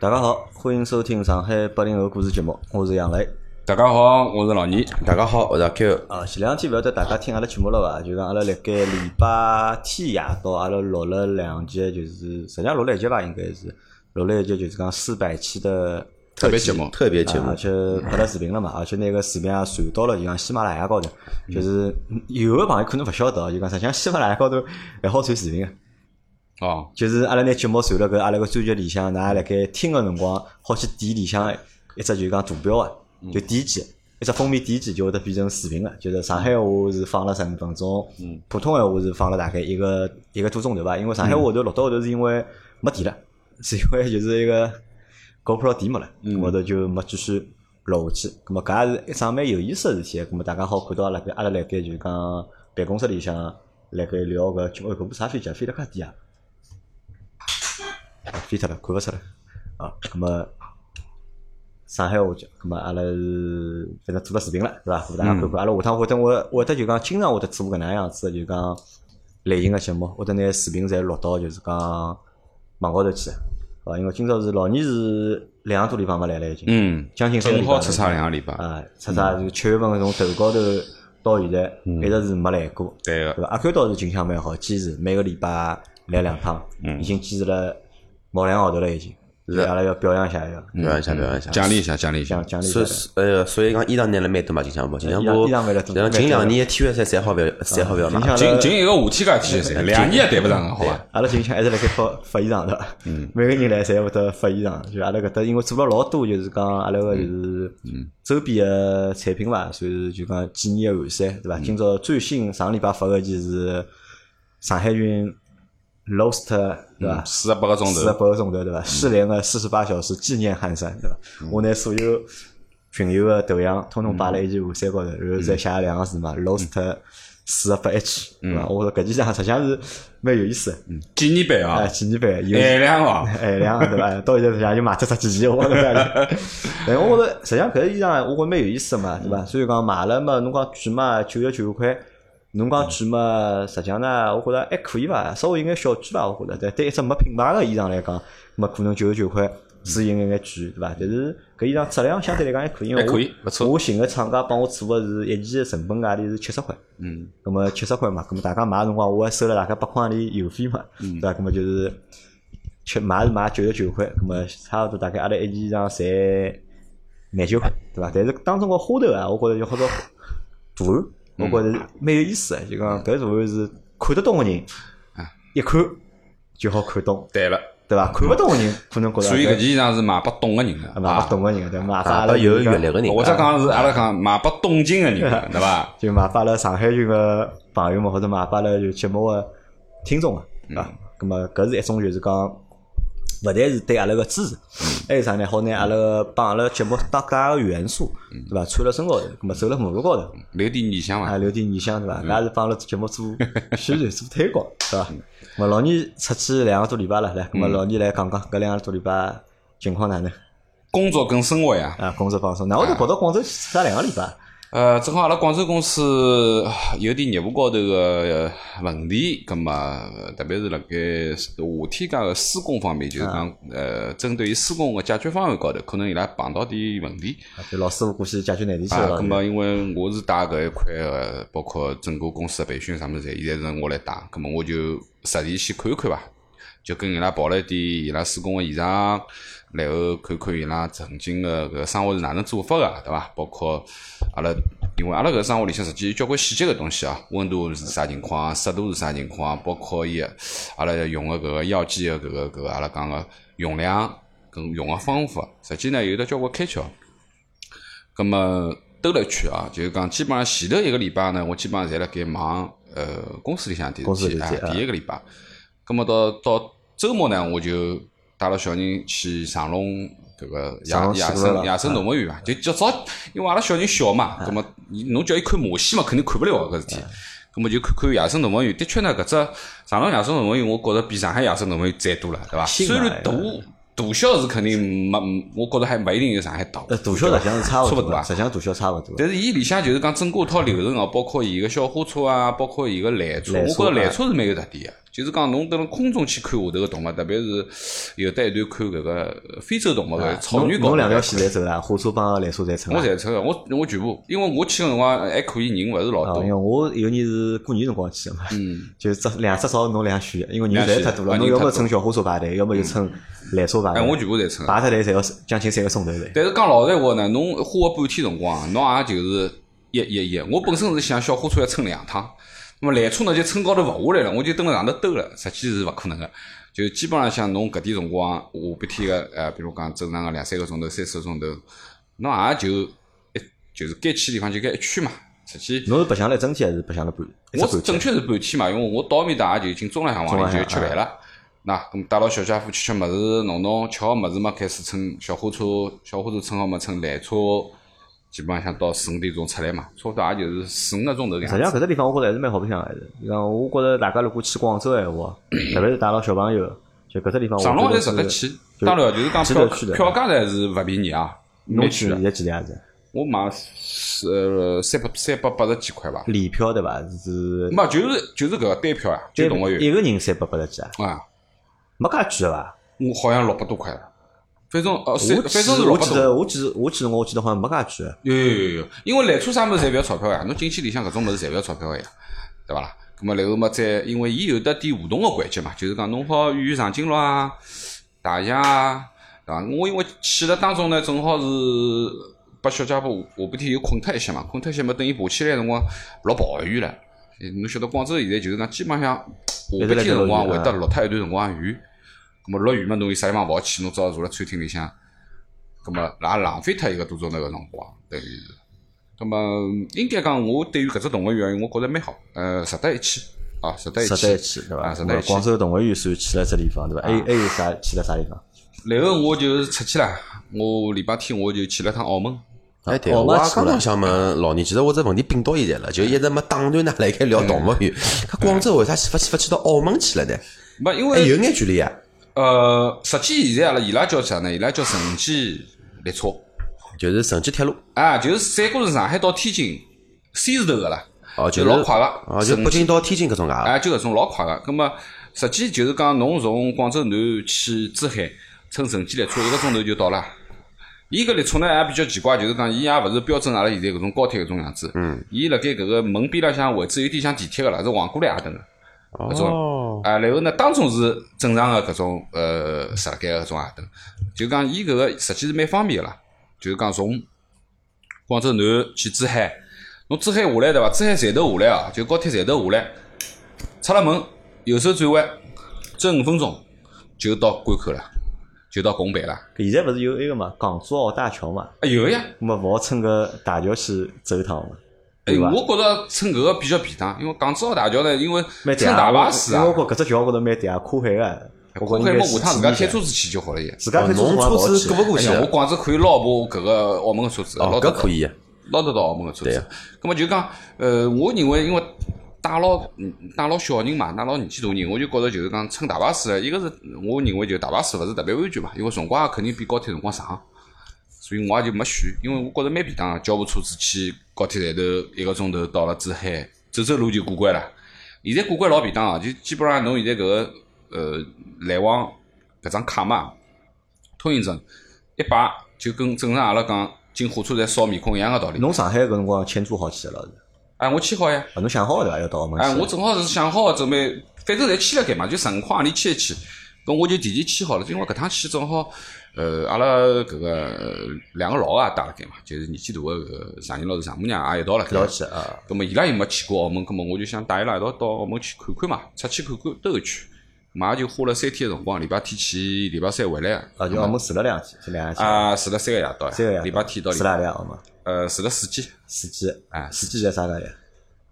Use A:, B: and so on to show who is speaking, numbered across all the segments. A: 大家好，欢迎收听上海八零后故事节目，我是杨磊。
B: 大家好，我是老倪。
C: 大家好，我是阿 Q。
A: 啊，前两天勿晓得大家听阿拉节目了伐？就讲阿拉辣盖礼拜天夜到，阿拉录了两集，就是实际上录了一集吧，应该是录了一集，就是讲四百期的
B: 特别节目
C: 特别节
A: 啊
C: 目
A: 而，且拍了视频了嘛，而且那个视频也传到了就像喜马拉雅高头，就是有的朋友可能勿晓得，就讲实际上喜马拉雅高头还好传视频个。啊
B: 哦，
A: 就是阿拉拿节目传了搿阿拉个专辑里向，㑚辣盖听个辰光，好去点里向一只就是讲图标啊，就点击一只封面点击就会得变成视频了。就是上海话是放了十五分钟，普通闲话是放了大概一个一个多钟头吧。因为上海话后头录到后头是因为没电了， 是因为就是一个 GoPro 电没了，后头就没继续录下去。咁么搿也是一桩蛮有意思个事体，咁么大家好看到阿拉阿拉辣盖就是讲办公室里向辣盖聊搿节目，搿部啥飞机啊？飞得介低啊！飞脱了，看勿出来啊。咁么上海话讲，咁么阿拉是反正做了视频了，是伐？给大家看看。阿拉下趟会得我会得就讲经常会得做搿能样子的，就讲类型个节目，会得拿视频侪录到就是讲网高头去。啊，因为今朝是老年是两个多礼拜没来了，已经，
B: 嗯，
A: 将近三个
B: 正
A: 礼拜
B: 好
A: 了
B: 出差两个礼拜。
A: 啊，出差就七月份从头高头到现在，一直是没来过。
B: 对
A: 对
B: 个，
A: 伐？阿 Q 倒是近腔蛮好，坚持每个礼拜来两趟，已经坚持了毛两个号头了，已经。
C: 是
A: 所以阿拉要表扬一下，要
C: 不要一下，不要一下。
B: 奖励一下，奖励一下
A: 奖。奖励一下
C: 嗯所以，呃，所以讲衣裳拿了蛮多嘛，近腔不？近腔
A: 衣裳
C: 不？
A: 衣裳买了嗯多
C: 像近两年体育赛侪好不要，侪好不要
A: 近
C: 嘛。
A: 腔
C: 啊
B: 仅
A: 阿拉
B: 仅一个话题介天噻，两年也谈不上个，好伐？
A: 阿拉近腔一直辣盖发发衣裳的， 每个人来侪会得发衣裳。就阿拉搿搭，因为做了老多，就是讲阿拉个就是周边个产品伐，所以就讲纪念个完善，对伐？今朝最新上个礼拜发个就是上海群 Lost，对伐？
B: 嗯四十八个钟
A: 四十八
B: 头，
A: 个钟头对伐？失联个四十八小时纪念汉山对伐？我拿所有群友个头像统统摆了一件汗衫高头，然后再写了两个字嘛，Lost 四十八 H 对伐？我说搿件事实际上是蛮有意思的，
B: 纪念版
A: 哎，
B: 啊，
A: 纪念版有
B: 限量啊，
A: 哎，两个对伐？到现在实际上就买只只几件，我觉着。但哎我觉着实际上搿个衣裳，我觉着蛮有意思嘛，对
B: 嗯
A: 伐？所以讲买了嘛，侬讲贵嘛，九十九块。侬
B: 嗯
A: 讲贵嘛，实际上呢，我觉着还可以伐，稍微有眼小贵伐，我觉着。但对一只没品牌个衣裳来讲，咹可能九十九块是有眼眼贵，对伐？但是搿衣裳质量相对来讲还可以，因为
B: 还可以
A: 我
B: 不错
A: 我寻个厂家帮我做个是一件的成本价钿是七十块。
B: 嗯，
A: 咁么七十块嘛，咁么大家买个辰光，我还收了大概八块钿邮费嘛，
B: 嗯
A: 对伐？咁么就是七买是买九十九块，咁么差勿多大概阿拉一件衣裳侪廿九块，对伐？但是当中个花头啊，我觉着有好多
B: 嗯
A: 图案，我觉着蛮有意思啊的，就讲搿图案是看得懂个人
B: 啊，
A: 一看就好看懂，
B: 对了，
A: 对伐？看勿懂个人可能觉着
B: 所以搿件衣裳是买拨懂个人的，
A: 买
B: 啊
A: 不懂个人，对伐？买
C: 啊，
A: 阿
C: 不
A: 拉
C: 有阅历个人，
B: 或者讲是阿拉讲买拨懂金个人的，对伐？
A: 就买发了上海群个朋友们，或者买发了就节目个听众啊，
B: 嗯
A: 啊，咁么搿是一种就是讲，勿但是对阿拉个支持，
B: 嗯
A: 还有啥呢？好拿阿拉个帮阿拉节目搭加个元素，
B: 嗯
A: 对伐？穿辣身高头，咁么啊走辣马路高头，
B: 留点印象
A: 啊，
B: 嘛。
A: 留点印象对
B: 嗯
A: 伐？搿也是帮阿拉节目做宣传、做推 广，对伐？咁啊么老倪出去两个多礼拜了，来，咁么啊
B: 嗯
A: 老倪来讲讲搿两个多礼拜情况哪能？
B: 工作跟生活呀，
A: 啊，工作放松，那我就跑到广州去啥两个礼拜，啊
B: 呃，正好阿拉广州公司啊有点业务高头个呃问题，葛么呃特别是辣盖夏天介个施工方面，就是讲呃，针对于施工个解决方案高头，可能伊拉碰到点问题。
A: 啊就老师傅过去解决难题去
B: 啊，
A: 了
B: 葛。么因为我是带搿一块个，包括整个公司个培训啥物事，现在是我来带，葛么我就实地去看一看伐，就跟伊拉跑了一点伊拉施工个现场，然后看看伊拉曾经个搿生活是哪能做法个，对伐？包括阿拉，因为阿拉搿生活里向实际有交关细节个东西啊，温度是啥情况啊，湿度是啥情况啊，包括伊个阿拉用个搿个药剂个搿个搿个阿拉讲个用量跟用个方法，实际呢有得交关开窍。咁么兜了一圈啊，就是讲基本上前头一个礼拜呢，我基本上侪辣盖忙呃公司里向点
A: 公司
B: 事
A: 里
B: 体啊
A: 向啊，
B: 第一个礼拜。咁么到到周末呢，我就带了小人去长隆搿个
A: 长隆
B: 野野
A: 去过了
B: 生野生动物园啊，就较早，因为阿拉小人小嘛，
A: 啊
B: 咁么伊侬叫伊看马戏嘛，肯定看不了啊搿事体。咁么就看看野生动物园，的确呢，搿只长隆野生动物园，我觉着比上海野生动物园赞多了，对伐？
A: 新
B: 虽然
A: 买
B: 大
A: 的，
B: 大小是肯定没，我觉着还勿一定有上海大。
A: 呃，大小实际上是差
B: 差
A: 勿
B: 不
A: 多
B: 多
A: 的，
B: 啊
A: 实际上大小差勿多的。
B: 但是伊里向就是讲整个套流程哦，包括伊个小货车啊，包括伊个缆车，
A: 缆
B: 我
A: 车
B: 觉着缆
A: 啊
B: 车是蛮有特点个。就是讲侬等辣空中去看下头个动物，特别是有得一段看搿个非洲动物个草
A: 侬
B: 原高头
A: 啊侬
B: 来
A: 两条
B: 看。
A: 线侪走了，火车帮缆车侪乘
B: 我
A: 了。
B: 侪乘个，我我全部，因为我去个辰光还可以，人勿是老
A: 啊，
B: 多
A: 因为。我有年是过年辰光去的嘛，
B: 嗯，
A: 就只两只少侬两选，因为人实在太多了，
B: 两
A: 侬
B: 选
A: 要么
B: 啊人太多
A: 乘小火车排队，要么就乘缆车排
B: 哎，我
A: 队，
B: 全部侪乘。
A: 排出来侪要将近三个钟头嘞。
B: 但是讲老实闲话呢，侬花个半天辰光啊，侬也就是一一一。我本身是想小火车要乘两趟，那么缆车呢就乘高头勿下来了，我就蹲辣上头兜了，实际是勿可能个。就基本浪向侬搿点辰光，下半天个呃，比如讲正常个两三个钟头、三四个钟头，侬也就一就是该去地方就该一圈嘛。实际
A: 侬是白相了一整天还是白相了半？一只
B: 我
A: 半天
B: 正确是半天嘛，因为我到面搭也就已经中浪向往里
A: 中
B: 就
A: 浪向
B: 吃饭了。那咁带牢小家伙去吃物事，弄弄吃好物事嘛，开始乘小火车，小火车乘好嘛，乘缆车，基本浪向到四五点钟出来嘛，差不多也就是四五个钟头搿
A: 实际
B: 样
A: 上
B: 子。
A: 搿只地方我觉着还是蛮好白相的，还是。就讲我觉着大家如果去广州的闲话，特别是带牢小朋友，就搿只地方
B: 上
A: 我
B: 浪
A: 觉
B: 就
A: 得
B: 值得
A: 是。
B: 去，当然就是讲
A: 值
B: 票
A: 得去的
B: 票价呢是勿便宜啊，
A: 侬
B: 蛮嗯
A: 去
B: 贵的
A: 现。在几钿样子？
B: 我买是呃三百三百八十几块吧，
A: 联票对伐？是
B: 没就是就是搿个单票呀，就动物
A: 一
B: 园
A: 个人三百八十几啊，
B: 啊，
A: 没介贵的伐？
B: 我好像六百多块了，反正呃三
A: 我
B: 反
A: 记
B: 正是
A: 得
B: 六
A: 我
B: 百
A: 记
B: 多。
A: 得我记得我记得我记得好像没介贵。
B: 有有有有，因为缆车啥物事侪勿要钞票呀，侬进去里向搿种物事侪勿要钞票个呀，对伐啦？咁么然后嘛，再因为伊有得点互动个环节嘛，就是讲侬好演长颈鹿啊、大象啊，对伐？我因为去了当中呢，正好是把小家伙下半天又困脱一些嘛，困脱一些嘛，等伊爬起来的辰光落抱雨了。侬晓得广州现在就是讲基本上下半天辰光会得落脱一段辰光雨，咁么落雨嘛，侬有啥地方勿好去，侬只好坐辣餐厅里向。咁么也浪费脱一个多钟头个辰光，等于是。咁么应该讲，我对于搿只动物园，我觉着蛮好，呃，值得一去啊，值得一
A: 值得一
B: 去。
A: 去，对
B: 啊
A: 伐？
B: 值得一去啊
A: 广州动物园算去了这地方，对伐？还有还有啥去了啥地方？
B: 然后我就出去了，我礼拜天我就去了趟澳门。
C: 哎，对，
A: 哦
C: 我
A: 我
C: 也
A: 也去过
C: 刚刚
A: 了
C: 想问老倪，其实我这问题摒到现在了，就一直没打断㑚辣盖聊动物园。他广州为啥去勿去勿去到澳门去了呢？
B: 没，因
C: 还
B: 为
C: 有眼距离啊，
B: 呃，实际现在阿拉伊拉叫啥呢？伊拉叫城际列车
C: 就是城际铁路，
B: 啊，就是三个是上海到天津 C 字头个啦，
C: 哦，
B: 就是老快个，
C: 哦，就
B: 城
C: 北京到天津搿种
B: 啊，
C: 啊，
B: 就搿种老快个。咁么，实际就是讲，侬从广州南去珠海，乘城际列车一个钟头就到了。伊搿列车呢也比较奇怪，就是讲伊也勿是标准阿拉现在搿种高铁搿种样子。嗯。伊辣盖搿个门边浪向位置有点像地铁个啦，是横过来也等个。搿
C: 哦
B: 种啊，然后呢，当中是正常个搿种呃十盖搿种也等，就讲伊搿个实际是蛮方便个啦，就是讲从广州南去珠海，侬珠海下来对伐？珠海站头下来啊，就高铁站头下来，出了门右手转弯，走五分钟就到关口了，就到拱北了。
A: 搿现在勿是有那个嘛，港珠澳大桥嘛，
B: 啊，有呀，
A: 咾么勿好乘个大桥去走一趟嘛，
B: 哎，
A: 对伐？
B: 我觉着乘搿个比较便当，因为港珠澳大桥呢，因为
A: 蛮
B: 乘
A: 嗲
B: 大
A: 啊，
B: 巴士
A: 因为
B: 啊哎
A: 我，觉搿只桥高头蛮嗲，跨海个。
B: 过
A: 我觉
B: 海
A: 着应
B: 么
A: 该是
B: 下
A: 体验一下
B: 趟自家开车子去就好了呀。
A: 自家
C: 哦
A: 开，
C: 侬
A: 车
C: 车子
A: 搿
C: 过不过
B: 哎
C: 去
B: 呀，我
C: 啊？
B: 广州可以捞部搿个澳门个车子，
C: 哦
B: 捞，得
C: 搿
B: 到
C: 可以啊，
B: 捞得到澳门个车
C: 对啊
B: 子
C: 呀。
B: 咁么就讲，呃，我认为因为带牢嗯带牢小人嘛，带牢年纪大人，我就觉着就是讲乘大巴士啊呢，一个是我认为就大巴士勿是特别安全嘛，因为辰光也肯定比高铁辰光长，所以我也就没选，因为我觉着蛮便当个，叫部车子去高铁站头一个钟头到了珠海，走走路就过关了。现在过关老便当啊，就基本上侬现在搿个呃来往搿张卡嘛，通行证一摆就跟正常阿拉讲进火车站扫面孔一样个道理。
A: 侬上海搿辰光签注好去了老是？
B: 哎，我签好呀。
A: 啊，侬想好了对伐？要到澳门去？
B: 哎，我正好是想好准备，反正侪签了该嘛，就十五块行钿签一签，搿我就提前签好了，因为搿趟签正好，呃，阿拉搿个呃两个老个也带辣盖嘛，就是年纪大个搿个丈人老头丈母娘也一道辣
A: 一
B: 盖
A: 道。去啊。
B: 葛末伊拉又没去过澳门，葛末我就想带伊拉一道到澳门去看看嘛，出去看看兜一圈，嘛就花了三天个辰光，礼拜天去，礼拜三回来。
A: 啊，就澳门住了两天，这两天。
B: 啊，住了三个夜到
A: 三个夜
B: 呀，
A: 到
B: 礼拜天到礼
A: 住
B: 拜，
A: 哪里啊？澳门？
B: 呃，住了四天。
A: 四季
B: 啊
A: 四季在啥价钿？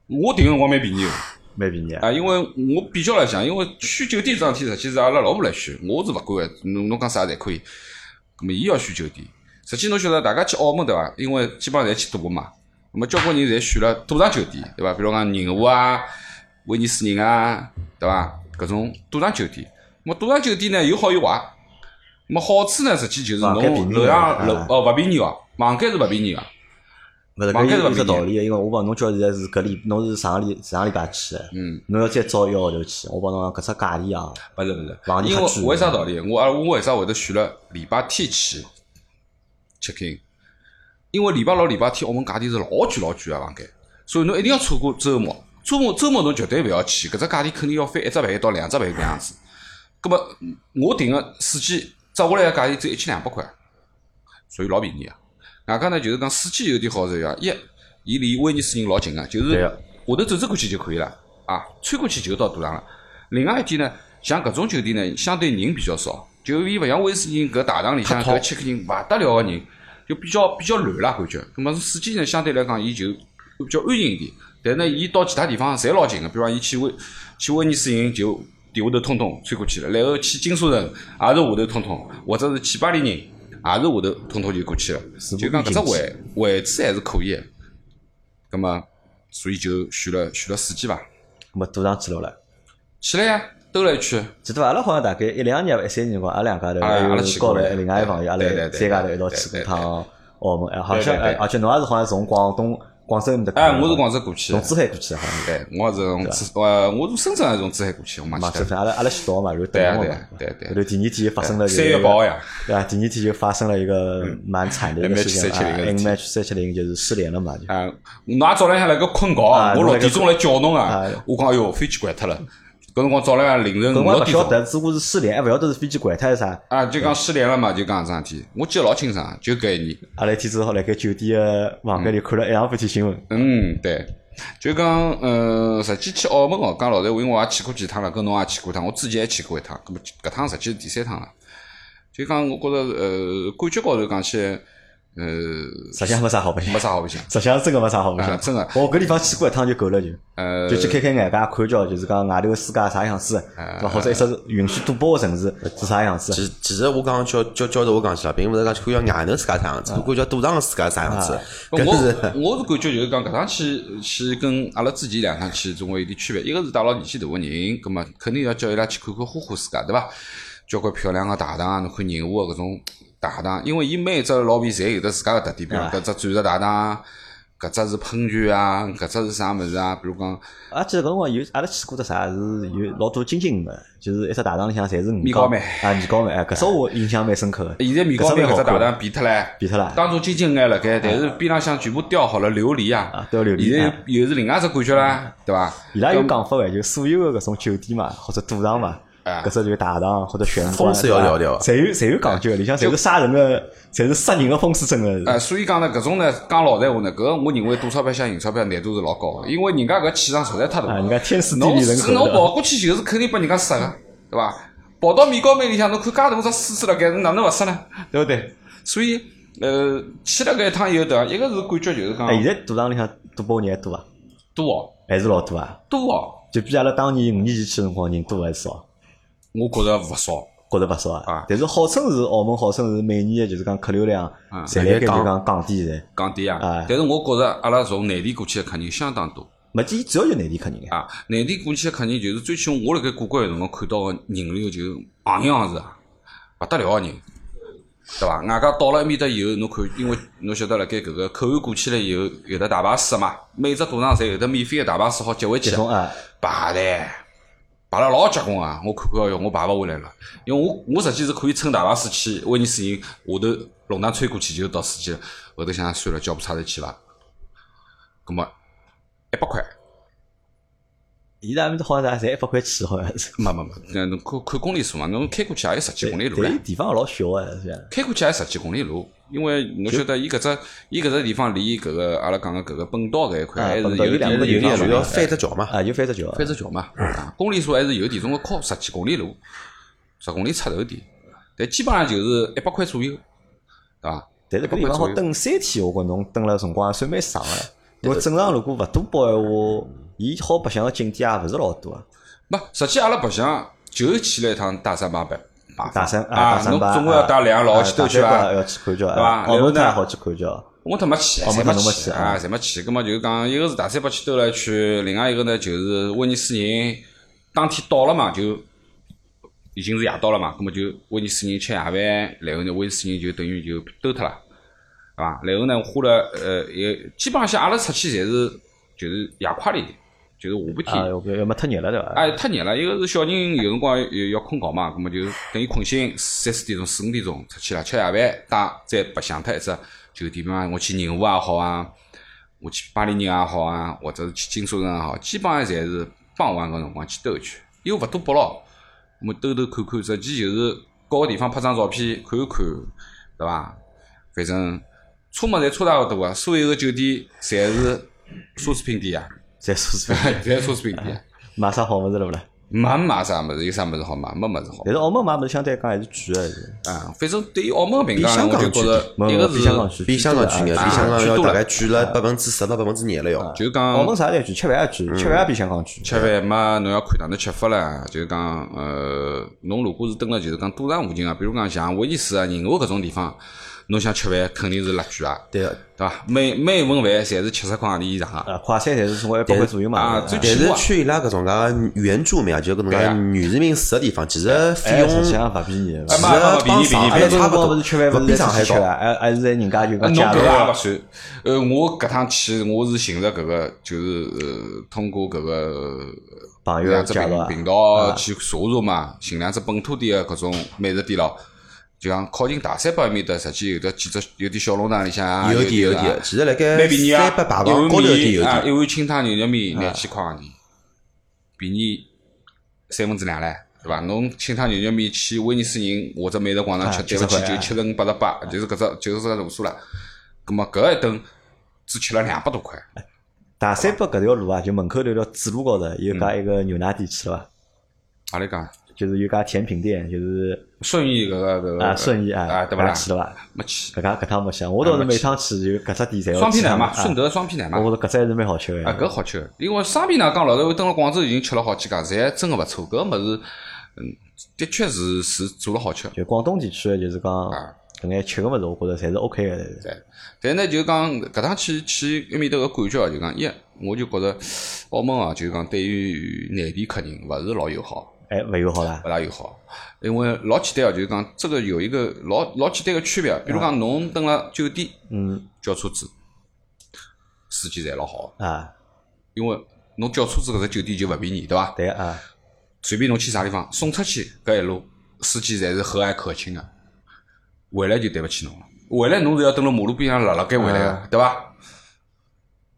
B: 我订个辰光蛮便宜个。
A: 蛮便宜啊。
B: 啊，因为我比较来讲，因为选酒店这桩事体，实际是阿拉老婆来选，我是勿管个，侬侬讲啥侪可以。咁么，伊要选酒店，实际侬晓得，大家去澳门对伐？因为基本上侪去赌个嘛，咁么交关人侪选了赌场酒店，对伐？比如讲银河啊、威尼斯人啊，对伐？搿种赌场酒店，咁么赌场酒店呢有好有坏。那么好处呢，实际就是
A: 网
B: 侬
A: 格便宜
B: 楼上
A: 啊
B: 楼哦勿便宜哦，网格是勿便宜个，
A: 勿是
B: 网
A: 搿有
B: 格是
A: 有
B: 勿
A: 只
B: 便
A: 道
B: 宜
A: 理的，因为我帮侬叫现在是搿礼，侬是上个礼上个礼拜去的，
B: 嗯，
A: 侬要再早一个号头去，我帮侬讲搿只价钿啊，
B: 勿是勿是
A: 网，里
B: 因
A: 太
B: 为
A: 贵
B: 为啥
A: 了
B: 道理？我而我为啥会得选了礼拜天去 check in？因为礼拜六、礼拜天澳门价钿是老贵老贵个房间，所以侬一定要错过周末。周末周末侬绝对勿要去，搿只价钿肯定要翻一只倍到两只倍搿样子。葛么我订个四季折下来个价钿只有一千两百块，所以老便宜啊。外加呢，就是讲四季有点好处啊，一伊离威尼斯人老近个，就是
A: 对
B: 下
A: 啊
B: 头走走过去就可以了啊，穿过去就到赌场了。另外一点呢，像搿种酒店呢，相对人比较少，就伊勿像威斯人搿大堂里向搿七个人勿得了个人，就比较比较乱啦感觉。葛么四季呢，相对来讲伊就比较安静一点，但呢，伊到其他地方侪老近个，比方伊去威去威尼斯人就地下头通通穿过去了，然后去金沙城也是下头通通，或者是去巴黎人也是下头通通就过去了。
A: 是
B: 就
A: 不
B: 讲搿
A: 必
B: 只
A: 进
B: 位位置还是可以个，葛么所以就选了选了四季伐，
A: 咾么赌场去了了。
B: 去了呀，兜了一圈。
A: 记得伐阿拉好像大概一两年、一三年辰光，阿拉两家头
B: 啊阿
A: 还
B: 拉
A: 有
B: 去
A: 高
B: 过
A: 头
B: 的
A: 另外一朋友，阿拉
B: 对对对
A: 三家头一道去过
B: 对对
A: 趟澳门，哎好
B: 对
A: 像
B: 对对
A: 哎而且侬也是好像从广东广州面搭过来
B: 哎
A: 的，嘛，
B: 我是广州过去
A: 嗯从啊
B: 的，
A: 珠海过去的，好像
B: 对，我是从珠呃，我从深圳还是从珠海过去，我忘
A: 嘛，
B: 记
A: 就是啊阿
B: 掉了。
A: 拉阿拉去到嘛，然后等
B: 对啊
A: 我
B: 对
A: 嘛
B: 啊，对啊对啊
A: 然后第二天发生了
B: 三月八号，嗯呀，
A: 对啊，第二天就发生了一个蛮惨的一个事情
B: M H 370
A: 啊
B: 个事情
A: ，M H 三七零就是失联了嘛，就
B: 啊，㑚早浪向辣盖困觉，
A: 啊
B: 我
A: 侬
B: 六
A: 辣盖
B: 点钟来叫侬啊
A: 啊，
B: 我讲哎哟，飞机关脱了，搿辰光早浪向凌晨
A: 搿辰
B: 五
A: 光勿
B: 六点
A: 晓
B: 钟。
A: 得，只不过是失联，还勿晓得是飞机掼脱还是啥。
B: 啊，就讲失联了嘛，就讲桩事体，我记得老清爽，啊就搿一年。
A: 阿拉一天子好辣盖酒店个房间里看了一两半天新闻，
B: 嗯，对，就讲，呃，实际去澳门哦，讲老实闲话，因为我也去过几趟了，跟侬也去过一趟，我之前还去过一趟，那么搿趟实际是第三趟了。就讲，我觉着，呃，感觉高头讲起来，呃，
A: 实际上没啥好白相
B: 没，啥好白相。
A: 实际上真个没啥好白
B: 啊
A: 相，
B: 真的
A: 我搿地方去过一趟就够了，就
B: 呃
A: 就去开开眼界，看叫就是讲外头个世界啥样子，
B: 呃
A: 对伐？或者一只允许赌博个城市是啥样子，
C: 其其实我讲叫叫叫头我讲起来，并勿是讲去看外头世界啥样子，看看叫赌场个世界啥样子，
B: 我
C: 搿是
B: 我是感觉就是讲搿趟去去跟阿拉之前两趟去总归有点区别，一个是带牢年纪大个人，葛末肯定要叫伊拉去看看花花世界，对伐？交关漂亮个大堂，啊侬看宁夏个搿种大堂，因为伊每一只老皮侪有得自家个特点，比如
A: 哎
B: 讲搿只钻石大堂，啊搿只是喷泉啊，搿只是啥物事啊，比如讲
A: 而且搿辰光有阿拉去过只啥是有老多金金个，就是一只大堂里向侪是
B: 米
A: 鱼
B: 糕
A: 糕
B: 妹
A: 啊鱼糕妹，哎，搿只我印象蛮深刻个。
B: 现在米高梅搿只大堂变脱唻，
A: 变脱了
B: 当初金金眼辣盖，但是边浪向全部雕好了琉璃啊
A: 啊，雕琉璃
B: 现在
A: 啊
B: 又又是另外一只感觉啦，对伐？
A: 伊拉有讲法个，就所有个搿种酒店嘛，或者赌场嘛，
B: 啊
A: 搿只就是大堂或者玄关，
C: 风水要
A: 对伐
C: 聊聊啊
A: 侪有侪有讲究的，里向侪是杀人个，侪是杀人个风水真个
B: 呃，。所以讲呢，搿种呢，讲老实闲话呢，搿个我认为赌钞票想赢钞票难度是老高个，因为人家搿气场实在太大
A: 嗯啊，
B: 了。
A: 人家天时地
B: 侬
A: 利人
B: 是
A: 和
B: 侬
A: 的，
B: 跑过去就是肯定拨人家杀个，对伐？跑到米高梅里向，侬看介大只狮子辣盖，
A: 嗯
B: 哪能勿杀呢？对勿对？所以，呃，去了搿一趟以后，对伐？一个是感觉就是
A: 哎，现在
B: 讲
A: 赌场里向赌博人还多伐？
B: 多哦，
A: 还是老多啊？
B: 多哦，
A: 就比阿拉当年五年前去的辰光人多还是少？
B: 我觉着勿少。
A: 觉着勿少
B: 啊
A: 啊，但是号称是澳门，号称是每年的就是讲客流量，侪
C: 每
A: 辣盖
C: 年
A: 就
C: 降
A: 讲降低的。
B: 讲低啊
A: 哎，
B: 但是我觉着阿拉从内地过去的客人相当多
A: 没见主要就内地客人啊，
B: 啊！内地过去的客人就是最起码我辣盖过关的辰光看到个人流就昂样是啊，勿得了个人，对伐？外加到了埃面搭以后，侬看，因为侬晓得辣盖搿个口岸过去了以后，有的大巴士嘛，每只赌场侪有的免费个大巴士好接回去
A: 集，中啊，
B: 排队排了老结棍啊！我看看，哟，我排勿下来了，因为我我实际是可以乘大巴士去威尼斯人，下头弄堂穿过去就到司机了。后头想想算了，叫部车头去伐？葛么一百块，
A: 伊拉面搭好像侪一百块起，好像是。
B: 没没没，那侬看看公里数嘛，侬开过去也有十几公里路
A: 但
B: 唻
A: 伊。地方老小啊，是吧？
B: 开过去也十几公里路，因为侬晓得伊搿只伊搿只地方离搿个阿拉讲个搿个本岛搿一块
A: 啊
B: 还是有
A: 本岛有
B: 点
A: 两
B: 有
A: 个
B: 点
A: 地方
B: 距
C: 就
B: 离
C: 要
B: 的
C: 翻只桥嘛，
A: 啊，就翻只桥啊，
B: 翻只桥嘛，啊，公里数还是有点，总共靠十几公里路，十公里出头点，但基本上就是一百块左右，啊
A: 但
B: 对伐？
A: 是搿地方好等三天，我觉侬等了辰光也算蛮长个。因为正常如果勿赌博闲话，伊好白相个景点也勿是老多啊。
B: 没，实际阿拉白相就去了一趟大三巴白麻烦
A: 大山
B: 啊，
A: 大
B: 侬
A: 三巴啊
B: 总归要带两个老去兜去啊伐
A: 伐？？要去看叫，
B: 对伐
A: 啊澳
B: 然后
A: 门
B: 呢
A: 也好去看叫。
B: 我他没去，
A: 哦
B: 侪
A: 没去侬没
B: 去
A: 去
B: 啊，
A: 啊
B: 侪没去。葛么就是讲，一个是大三巴去兜了一圈，另外一个呢就是威尼斯人当天到了嘛，就已经是夜到了嘛，葛啊么就威尼斯人吃夜饭，然后呢，威尼斯人就等于就兜脱了，对伐？然后呢，花了呃，也基本上像阿拉出去侪是就是夜快了一点，就是下半
A: 啊，
B: 天。
A: 要不要么太热了对伐？
B: 哎，太热了，一个是小人有辰光要要困觉嘛，葛么就等伊困醒三四点钟、四五点钟出去了，吃夜饭，带再白相脱一只酒店，比方讲我去宁波也好啊，我去巴黎人也好啊，或者是去金沙城也好，基本上侪是傍晚个辰光去兜一圈，因为勿多北咯，我兜兜看看，实际就是各个地方拍张照片看一看，对伐？反正车嘛侪车大勿多啊，所有个酒店侪是奢侈品店啊，
A: 再说是
B: 侪是奢侈品店啊。
A: 买啥好物事了勿啦？
B: 没买啥物事，有啥物事好买？没物事好
A: 但是澳门买物事相对来讲还是贵的，还是
B: 买啊。反正对于澳门个评
C: 比
B: 价，
C: 香
B: 我
C: 港
B: 就觉着
A: 没
B: 一
A: 有
B: 个
A: 比香港
B: 是
A: 贵，
C: 比香港贵眼，
A: 啊
C: 比香港
B: 啊
C: 要
B: 贵多
C: 大
B: 了
C: 概贵了百分之十到百分之廿了要。
B: 就是
A: 澳
B: 讲
A: 门啥侪贵，吃饭也贵，吃饭也比香港贵。
B: 吃饭嘛，侬要看哪能吃法啦。就是讲，呃，侬如果是蹲了就是讲赌场附近啊，比如讲像威尼斯啊、人和搿种地方，侬想吃饭肯定是辣贵啊，
C: 对个，
B: 对伐？每每一份饭侪是七十块钿以上个。
A: 啊，快餐侪是从一百块左右嘛
B: 嗯啊，最
A: 对吧
B: 起
C: 但是
B: 码
C: 去伊拉搿种介原住民啊，就搿种
B: 对
C: 介
B: 啊
C: 原住民住个地方，其实费
A: 哎，
C: 用
A: 实际
C: 其实
A: 上勿便宜。
B: 哎嘛嘛
C: 帮
B: 比
C: 上
B: 比
C: 海
B: 比
C: 差不
A: 勿
C: 多，
A: 啊是吃饭，
C: 不
A: 勿
C: 比
A: 是
C: 上海
A: 吃
C: 高。
A: 啊，还还是在人家就
B: 啊
A: 讲
B: 侬
A: 加
B: 搿个
A: 入。
B: 也勿算。呃，我搿趟去，我是寻着搿个，就是呃，通过搿个
A: 朋友
B: 两只
A: 介绍
B: 频
A: 啊
B: 频道去查查嘛，寻两只本土点个搿种美食店咯。就像靠近大三巴埃面搭，实际有的几只有点小弄堂里向啊，
C: 有
B: 有
C: 点有
B: 点
C: 点，其实辣盖
B: 蛮便宜啊，
C: 三百排行高头有点
B: 一
C: 有
B: 碗面啊，
C: 点。
B: 一碗清汤牛肉面廿几块洋钿，便宜三分之两唻，对伐？侬清汤牛肉面去威尼斯人或者美食广场吃，
A: 啊
B: 对
A: 70
B: 勿起
A: 块
B: 就七十五八十八，就是搿只就是搿只路数了。葛末搿一顿只吃了两百多块，
A: 大三巴搿条路啊，就门口头条主路高头
B: 嗯
A: 有家一个牛奶店去了伐？
B: 阿里讲
A: 就是有家甜品店，就是
B: 顺义搿个搿个
A: 啊顺义
B: 啊，
A: 啊，
B: 对勿啦
A: 搿？去了伐？
B: 没去，
A: 搿家搿趟没想，我倒是每趟去就搿只店侪要
B: 双皮奶嘛，
A: 去啊
B: 顺德双皮奶嘛。
A: 我觉着搿只还是蛮好吃
B: 啊，搿
A: 个。
B: 好吃，因为双皮奶讲老实话，蹲辣广州已经吃了好几家，侪真个勿错。搿物事，嗯，的确是是做了好吃。
A: 就广东地区的，就是讲
B: 啊
A: 搿眼吃个物事，我觉着侪是 OK 个。侪是
B: 对，但呢就讲搿趟去去埃面搭个感觉啊，就讲一，我就觉着澳门啊，就讲对于内地客人勿是老友好，
A: 哎，勿友好啦
B: 勿。大友好，因为老简单啊，就是讲这个有一个老老简单个区别，啊比如讲侬蹲辣酒店
A: 嗯
B: 叫车子，司机侪老好，
A: 啊，
B: 因为侬叫车子搿只酒店就勿便宜，对伐？
A: 对个啊，
B: 随便侬去啥地方送出去搿一路，司机侪是和蔼可亲个、回来就对勿起侬了。回来侬是要蹲辣马路边上辣辣盖回来个，对伐？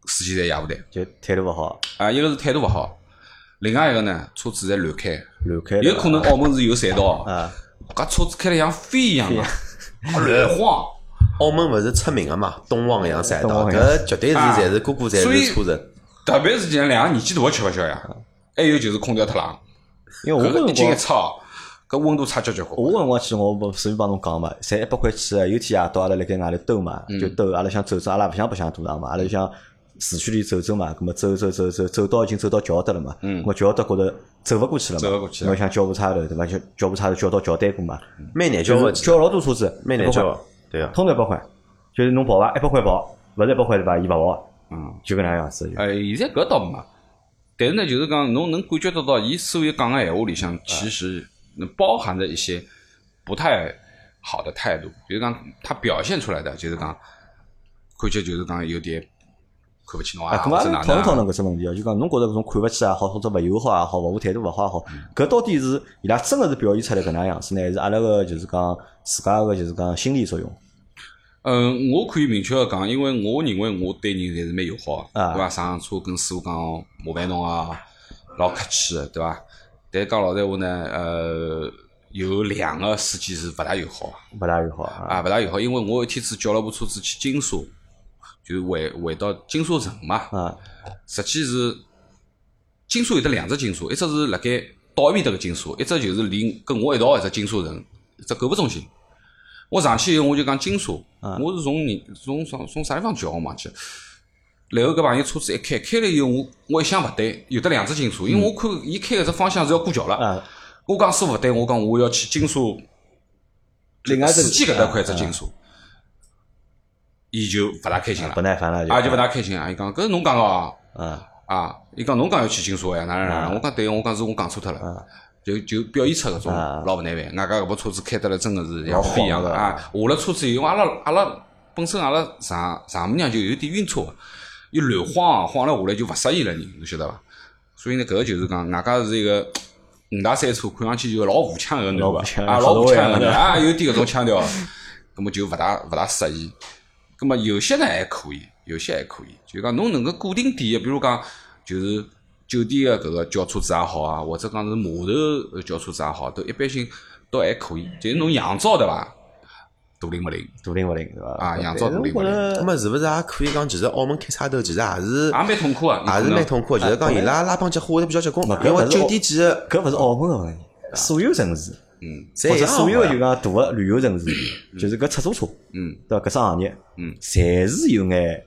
B: 司机侪野无谈
A: 就态度勿好，
B: 啊，一个是态度勿好，另外一个呢，车子侪乱开，
A: 乱开了。
B: 有可能澳门是有赛道，
A: 啊，
B: 搿车子开得像飞一样个，啊乱晃。
C: 澳门勿是出名个嘛，东望洋赛
A: 东
C: 道，
A: 望洋
C: 搿绝对是
B: 啊
C: 侪是个个侪
B: 所以
C: 是车人。
B: 特别是像两个年纪大个吃勿消呀，还有就是空调太冷，
A: 因为我
B: 搿
A: 搿
B: 个一进
A: 辰
B: 一
A: 光，
B: 出哦，搿温度差交交关
A: 我搿辰光去，我不随便帮侬讲嘛，侪一百块去的。有天夜到阿拉辣盖外头兜嘛，
B: 嗯
A: 就兜，阿拉想走走，阿拉勿想白相赌场嘛，阿拉就想市区里走走嘛，葛么走走走走，走到已经走到桥搭了嘛，嗯，我桥搭觉着走勿过去了嘛，
B: 走勿过去了
A: 侬想交部差头对伐？就交部差头叫到桥单过嘛，
C: 蛮难
A: 就
C: 交
A: 是
C: 个，
A: 叫老多车子，
C: 蛮难
A: 100块
C: 交个，对啊个。
A: 通常一百块，就是侬跑伐，一百块跑，勿是一百块对伐？伊勿跑，
B: 嗯，
A: 就搿能样子。就
B: 哎，现在搿倒没，但是呢，就是讲侬能感觉得到，伊所有讲个闲话里向，其实能包含着一些不太好的态度，就是讲他表现出来的，就是讲感觉就是讲有点看不起侬
A: 啊，
B: 啊，
A: 咁阿
B: 或者
A: 拉
B: 哪
A: 讨论
B: 能
A: 讨
B: 啊
A: 论搿只问题哦，就讲侬觉着搿种看勿起也好，或者勿友好也好，服务态度勿好也好，搿到底是伊拉真个是表现出来搿能样子呢，还是阿拉个就是讲自家个就是讲心理作用？
B: 嗯，我可以明确个讲，因为我认为我对人侪是蛮友好个，
A: 啊
B: 对伐？上车跟师傅讲麻烦侬啊，老客气个，对伐？但讲老实话呢，呃，有两个司机是勿大友好个。
A: 勿大友好啊。
B: 啊，勿大友好，因为我有一天子叫了部车子去金沙，就是回回到金沙城嘛。
A: 啊，
B: 实际是金沙有得两只金沙，一只是辣盖岛埃面搭个金沙，一只就是连跟我一道的一只金沙城，一只购物中心。我上去以后我就讲金沙，
A: 啊
B: 我是从你从从从啥地方叫我忘记了。然后搿朋友车子一开，开了以后我我一想勿对，有得两只金沙，因为我看伊开搿只方向是要过桥了。
A: 嗯啊
B: 我讲师傅勿对，我讲我要去金沙，
A: 另外一只嗯
B: 司机搿搭块只金沙，伊就勿大开心了
A: 不，耐烦了
B: 啊就勿大开心啊！伊讲搿是侬讲个哦
A: 啊
B: 啊，伊讲侬讲要去金沙呀，哪能哪能？我讲对，我讲是我讲错脱了。就就表现出搿种老勿耐烦。外加搿部车子开得来真个是像
A: 老
B: 飞一样
A: 好
B: 个
A: 的
B: 啊！下了车子以后，阿拉阿拉本身阿拉丈丈母娘就有点晕车，一乱晃啊晃了下来就勿适意了人，侬晓得伐？所以呢，搿个就是讲，外加是一个五大三粗，看上去就老武腔
A: 老
B: 个男
A: 武
B: 个
A: 腔
B: 啊，
A: 好
B: 老
A: 多
B: 武
A: 位
B: 腔
A: 啊
B: 个男的啊，有点搿种腔调，葛么就勿大勿大适宜。葛么有些呢还可以，有些还可以，就讲侬能够固定点个，比如讲就是酒店个搿个轿车子也好啊，或者讲是码头轿车子也好，都一般性都还可以。就是侬洋照对伐？大灵勿灵，
A: 独领勿领对伐？
B: 啊
A: 但
B: 洋
A: 是
B: 照独领勿
A: 我觉
B: 领
A: 得
C: 那么是勿是也可以讲，其实澳门开差头，其实也是
B: 也蛮痛苦个，
C: 也是蛮痛苦的。就是讲伊拉拉帮结伙会得比较结棍
A: 勿，搿
C: 因为
A: 勿是
C: 酒
A: 澳
C: 店其实
A: 搿勿是哦澳门个问题，所有城市
B: 嗯
A: 或
C: 侪
A: 者啊
C: 有
A: 所有
C: 个
A: 就讲大个旅游城市，就是搿出租车，
B: 嗯
A: 对伐？搿种行业，
B: 嗯，
A: 侪是有眼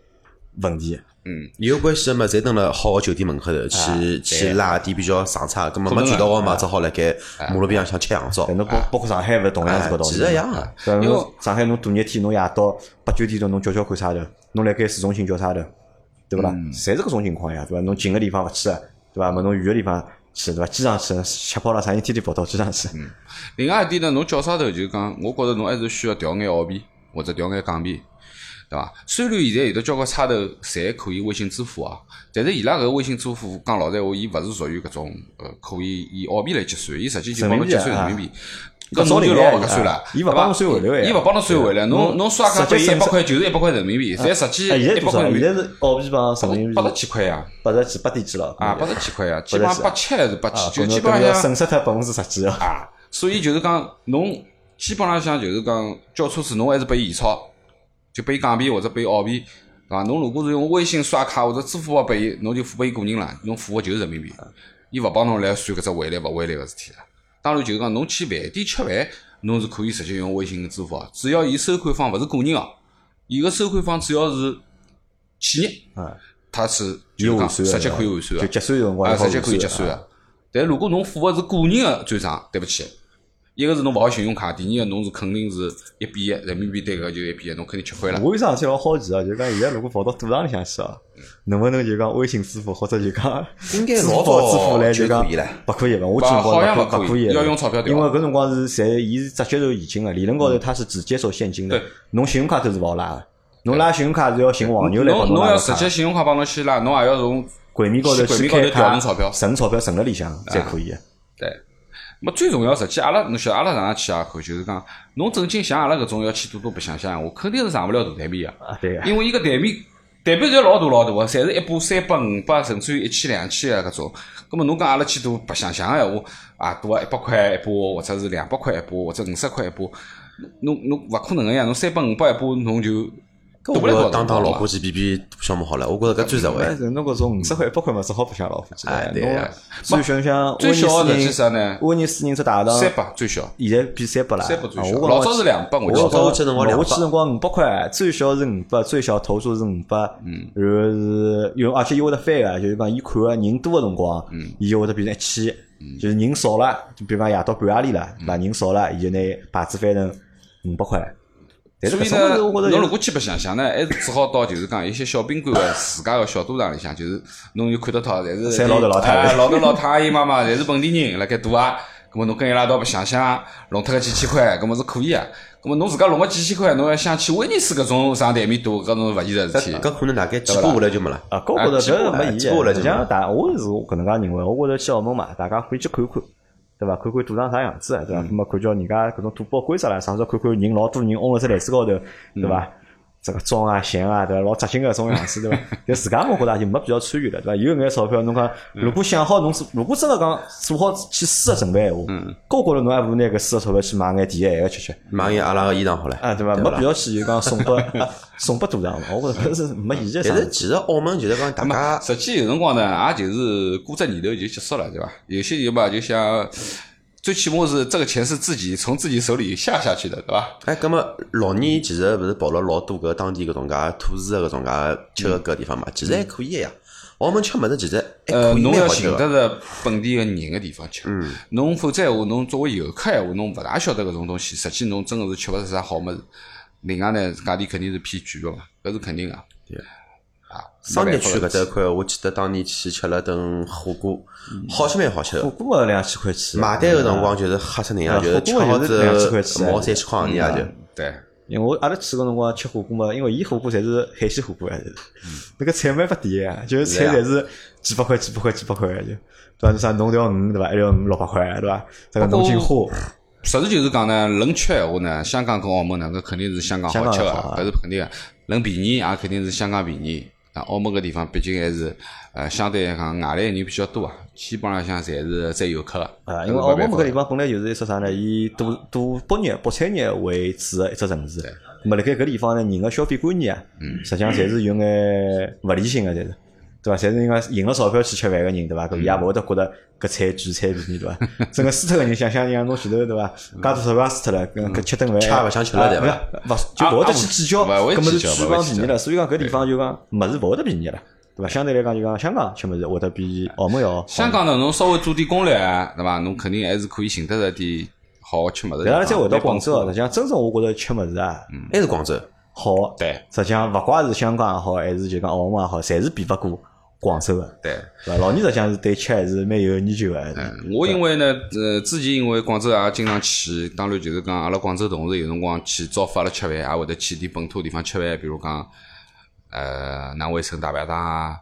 A: 问题的。
B: 嗯，
C: 有关系的嘛，侪蹲辣好个酒店门口头去去拉点比较上啊差，根本没赚到个嘛，只好辣盖马路边浪向吃洋照
A: 但。侬
B: 啊
A: 包包括上海勿是同样是搿道理吗？
C: 啊其实一样啊
A: 对伐
B: 因为
A: 侬呃上海侬大热天侬夜到八九点钟侬叫叫看差头，侬辣盖市中心叫差头，对勿啦？
B: 嗯
A: 侪是搿种情况呀，对伐？侬近个地方勿去，啊对伐？么侬远个地方去，对伐？机场去吃饱了，啥人天天跑到机场去？
B: 嗯另外一点呢，侬叫啥头就是讲，我觉着侬还是需要调眼澳币或者调眼港币，对伐？虽然现在有的交关差头侪可以微信支付啊，但是伊拉搿个微信支付讲老实闲话，伊勿是属于搿种呃可以以澳币来结算，伊实际就帮侬结算人
A: 啊
B: 民币。搿侬就老勿合算了，
A: 伊勿帮侬算回来呀啊
B: 伊勿帮侬算回来，侬
A: 侬
B: 侬刷卡
A: 直
B: 交
A: 接
B: 易一
A: 省
B: 百块就是一百块人民币，侪实际
A: 哎，现在
B: 一
A: 多
B: 百
A: 少？
B: 块人民
A: 现
B: 币
A: 在是澳币帮人民币嗯
B: 八十几块呀，
A: 八十几八点几了
B: 啊，八十几块呀，基本上八七还是八
A: 啊，
B: 七，就
A: 搿
B: 基
A: 侬
B: 本
A: 等于
B: 上
A: 要
B: 像
A: 损失脱百分之十几啊。
B: 啊，所以就是讲，侬基本浪向就是讲叫车子，侬还是拨伊现钞，就拨伊港币或者拨伊澳币，对伐？侬如果是用微信刷卡或者支付宝拨伊，侬就付拨伊个人了，侬付个就是人民币，伊勿帮侬来算搿只回来勿回来个事体了。当然就是讲，侬去饭店吃饭，侬是可以直接用微信跟支付啊，只要伊收款方勿是个人哦，伊个收款方只要是企业，
A: 啊，
B: 他是
A: 有
B: 就是
A: 换
B: 讲
A: 算
B: 直
A: 的
B: 接可以换
A: 就
B: 算的。
A: 结算的辰光
B: 啊，
A: 也好
B: 直接可以结
A: 换
B: 算
A: 啊。
B: 个。但如果侬付的是个人个转账，对不起，一个是侬勿好信用卡，第二个侬是肯定是一比一人民币对搿就一比一，侬肯定吃亏了。
A: 我有桩事体老好奇啊，就讲现在如果跑到赌场里向去啊，
B: 嗯
A: 能不能就讲微信支付或者就讲
C: 应该
A: 支
C: 老
A: 付
C: 早
A: 宝支付来
C: 就
A: 就讲
C: 可以了
A: 勿可以吧？我记得
B: 好像
A: 勿
B: 勿可以
A: 可以的，
B: 要用钞票对
A: 因
B: 吧
A: 为搿辰光是侪伊是只接受现金的，理论高头它是只接受现金的
B: 对，
A: 侬信用卡都是勿好拉的，侬拉信用卡是要寻黄牛来帮
B: 侬侬
A: 拉
B: 要
A: 个
B: 直
A: 卡
B: 接。信用卡帮侬去拉，侬也要从
A: 柜面高头
B: 柜
A: 去
B: 面高头
A: 开
B: 调
A: 卡
B: 用钞票，
A: 存钞票存了里向才可以的。
B: 对。么最重要，实际阿拉侬晓得阿拉哪能去也好，就是讲侬正经像阿拉搿种要去多多白相相闲话，肯定是上勿了大台面个。
A: 啊，对个。
B: 因为伊个台面台面侪老大老大个，侪是一把三百、五百，甚至于一千、两千啊个搿种。葛末侬讲阿拉去赌白相相个闲话，啊，赌个一百块一把，或者是两百块一把，或者五十块一把，侬侬侬勿可能个呀！侬三百、五百一把，侬就
C: 搿
B: 赌
C: 我
B: 不了
C: 觉
B: 多少
C: 着当
B: 辰
C: 当老
B: 光
C: 婆去比比项目好了，我觉着搿最实惠。
A: 但是侬搿种五十块、一百块嘛，只好白相老虎机
C: 哎
A: 了。
C: 对
A: 侬
C: 呀
A: 最啊想想
B: 最小的是啥呢
A: 威尼斯人只大堂
B: 三百最小。
A: 现在变三百了，
B: 三百最
A: 啊
B: 小
A: 我
B: 老早是两百我
A: 我
B: 记得
C: 老早我记得辰光两
A: 我
C: 百
A: 去辰光五百块，最小是五百，最小投诉是五百，嗯，然后是有，而且伊会得翻个，就是讲伊看个人多个辰光，嗯，伊就会得变成一千，
B: 嗯
A: 就是人少了，就比如讲夜到半夜里了，对伐？人少了，伊就拿牌子翻成五百块。但是
B: 所以
A: 搿种物事
B: 呢，
A: 我觉
B: 侬
A: 着
B: 如果去白相相呢，还是只好到就是讲一些小宾馆个自家个小赌场里向，就是侬就看得到，侪是
A: 侪老头老太
B: 哎
A: 太
B: 老头老太阿姨妈妈，侪是本地人辣盖赌啊。葛末侬跟伊拉一道白相相，弄脱个几千块，葛末是可以啊。葛末侬自家弄个几千块，侬要想去威尼斯搿种上台面赌，搿种勿现实事体。
C: 搿可能大概几步下来就没了。
A: 啊，搿我觉
B: 啊
A: 着搿没意义。
C: 几步了
A: 实际上，大我是搿能介认为，我觉着去澳门嘛，大家可以去看看，对伐？看看赌场啥样子，啊对
C: 嗯
A: 伐？那么看叫人家搿种赌博规则啦，啥时候看看人老多人翁了只台子高头，对
C: 嗯
A: 伐？这个装啊、闲啊，对伐？老扎心个搿种样子，对伐？ 但自家我觉着就没必要参与了，对伐？有眼钞票，侬讲
C: 嗯
A: 如果想好侬做，如果真个讲做好去试个准备闲话，
C: 嗯
A: 搿我觉着侬还不如拿搿试个钞票去买眼甜个个吃吃。
C: 买眼阿拉个衣裳好了。
A: 啊，对伐？没必要去就讲送 拨送拨赌场嘛，我觉着搿是没意义的
C: 但
A: 啥
C: 是
A: 事体。
C: 其实澳门就是讲大家
B: 实际有辰光呢，也就是过只年头就结束了，对伐？有些人嘛，就想最起码是这个钱是自己从自己手里下下去的，对伐？
C: 哎，葛么老年其实勿是跑了老多搿当地搿种介土著的搿种介吃个搿地方嘛，其实还可以的呀。澳门吃物事其实还
B: 呃，
C: 可以
B: 侬
C: 蛮
B: 要
C: 好嗯
B: 寻
C: 吃
B: 得
C: 的。
B: 着本地个人个地方吃。侬否则闲话，侬作为游客闲话，侬勿大晓得搿种东西，实际侬真个是吃勿出啥好物事。另外呢，价钿肯定是偏贵个嘛，搿是肯定个。
C: 对
B: 啊，啊，
C: 商
B: 没
C: 业
B: 办法
C: 区搿
B: 的
C: 搭块，我记得当年去吃了顿火锅，好吃蛮好吃
A: 嗯火
C: 的。
A: 锅嘛两千块钱，
C: 买单个辰光就是吓死人啊，
A: 啊
C: 就是吃好
A: 火锅也是两千块嗯
C: 子
A: 钱
C: 毛三千块行钿啊，就
B: 嗯对，
A: 因为我阿拉去个辰光吃火锅嘛，因为伊火锅侪是海鲜火锅呀，就是那个菜没法点啊，就是菜侪是几百块、几百块、几百块啊的，就对伐？就啥弄条鱼对伐？一条鱼六百块啊对伐？再个弄进花，
B: 实事求是讲呢，论吃闲话呢，香港跟澳门呢，搿肯定是香港好吃
A: 香港好
B: 个，
A: 啊
B: 搿是肯定个。论便宜也肯定是香港便宜，但澳门搿地方毕竟还是呃相对来讲外来人比较多啊，基本浪向侪是在游客个。
A: 啊，
B: 搿
A: 因为
B: 是
A: 澳
B: 没
A: 门
B: 办法
A: 搿地
B: 的
A: 方本来就是一只啥呢？以赌赌博业、博彩业为主的一只城市。那么辣盖搿地方呢，人个消费观念啊，
B: 嗯
A: 实际上侪是有眼勿理性个，侪是。对伐？侪是人家赢了钞票去吃饭个人，对伐？
B: 嗯
A: 搿伊也勿会得觉得搿菜贵菜便宜，对伐？ 整个输脱个人，想想人家侬前头对伐？
B: 嗯
A: 介多钞票输脱了，搿搿吃顿饭
C: 吃也勿想吃了对伐
A: 伐？勿就勿会得去计较，
B: 啊啊勿会
A: 搿么是
B: 计较
A: 区
B: 勿会
A: 方
B: 计
A: 便宜
B: 较
A: 了。所以讲搿地方就讲物事勿会得便宜了，对伐？相对来讲就讲香港吃物事会得比澳门要好。
B: 香港呢，侬稍微做点攻略，对伐？侬肯定还是可以寻得着点好好吃物事的地方。
A: 但阿拉再回到
B: 蛮
A: 广州
B: 丰
A: 啊，
B: 富
A: 实
B: 的嗯
A: 际上真正我觉着吃物事啊，
C: 还是广州。
A: 好，
B: 对
A: 实际上勿怪是香港也好，还是就讲澳门也好，侪是比不过广州个，
B: 对。嗯
A: 对伐？老年实际上是对吃还是蛮有研究个，还是
B: 我因为呢，呃，之前因为广州也经常去，当然就是讲阿拉广州同事有辰光去招呼阿拉吃饭，也会得去点本土地方吃饭，比如讲，呃，南汇城大排档啊，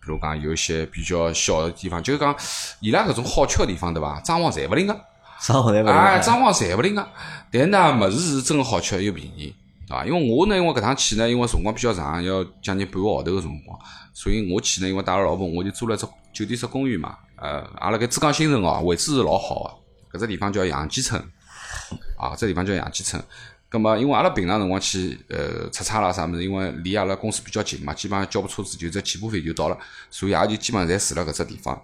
B: 比如讲有一些比较小的地方，就是讲伊拉搿种好吃的地方，对伐？装潢侪勿灵个，
A: 生活侪勿
B: 啊，
A: 一样。
B: 装潢侪勿灵个，但是呢，物事是真好吃又便宜，对伐？因为我呢，因为搿趟去呢，因为辰光比较长，要将近半个号头个辰光，所以我去呢，因为带了老婆，我就租了只酒店式公寓嘛。呃，阿拉搿珠江新城哦，位置是老好个、搿只地方叫杨箕村，啊，这地方叫杨箕村。葛么，因为阿拉平常辰光去呃出差啦啥物事，因为离阿拉公司比较近嘛，基本上叫部车子就只起步费就到了，所以也就基本上侪住辣搿只地方。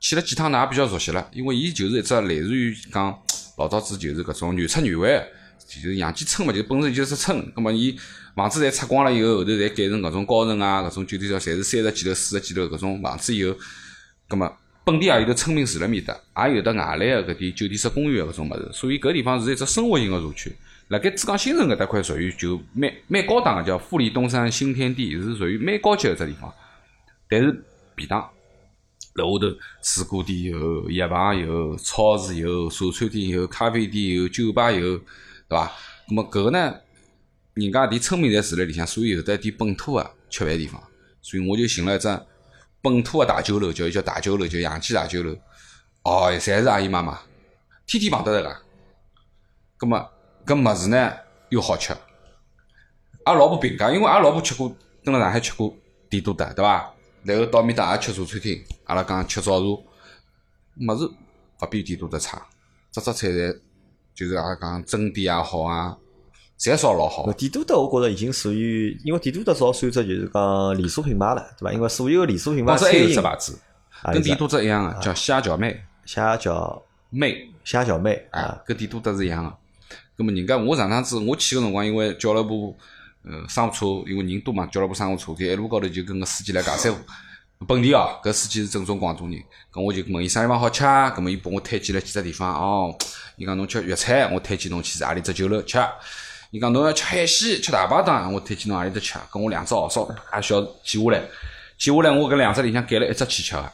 B: 去了几趟呢，也比较熟悉了，因为伊就是一只类似于讲老早子就是搿种原汁原味的，就是杨箕村嘛，就本身就是村，葛么伊房子侪拆光了以后，后头侪改成搿种高层啊，搿种酒店叫侪是三十几楼、四十几楼搿种房子以后，葛么本地也有得村民住辣面搭，也有得外来个搿点酒店式公寓个搿种物事，所以搿地方是一只生活型个社区。辣盖珠江新城搿搭块属于就蛮蛮高档个，叫富丽东山新天地，是属于蛮高级个只地方，但是便当。楼下头水果店有，药房有，超市有，茶餐店有，咖啡店有，酒吧有，对伐？那么搿个呢，人家连村民侪住辣里向，所以有得一点本土个吃饭地方。所以我就寻了一只本土个大酒楼，叫伊叫大酒楼，叫洋记大酒楼。哦，侪是阿姨妈妈，天天碰得着个。葛么搿物事呢又好吃。阿拉老婆评价，因为阿拉老婆吃过，蹲辣上海吃过帝都的，对伐？然后到面搭也吃茶餐厅，阿拉讲吃早茶，物事勿比帝都的差，只只菜侪就是阿拉讲蒸点也好啊，侪烧老好
A: 搿。帝都德我觉着已经属于，因为帝都德少算只就是讲连锁品牌了，对伐？因为所有的连锁品牌
B: 广州还
A: 餐
B: 有
A: 饮
B: 一只牌子，
A: 啊
B: 跟
A: 有
B: 帝
A: 只
B: 都德一样个，叫虾饺妹
A: 虾饺
B: 妹
A: 虾饺妹啊，
B: 啊，跟帝都德是一样个。那么人家我上趟子我去个辰光，因为叫了部呃商务车，因为人多嘛，叫了部商务车，在一路高头就跟个司机来尬三胡。本地哦，搿司机是正宗广东人，咁我就问伊啥地方好吃啊？咁么伊拨我推荐了几只地方哦。伊讲侬吃粤菜，我推荐侬去阿里只酒楼吃。伊讲侬要吃海鲜，吃大排档，我推荐侬阿里搭吃。咁我两只号烧大小记下来，记下来我搿两只里向拣了一只去吃个。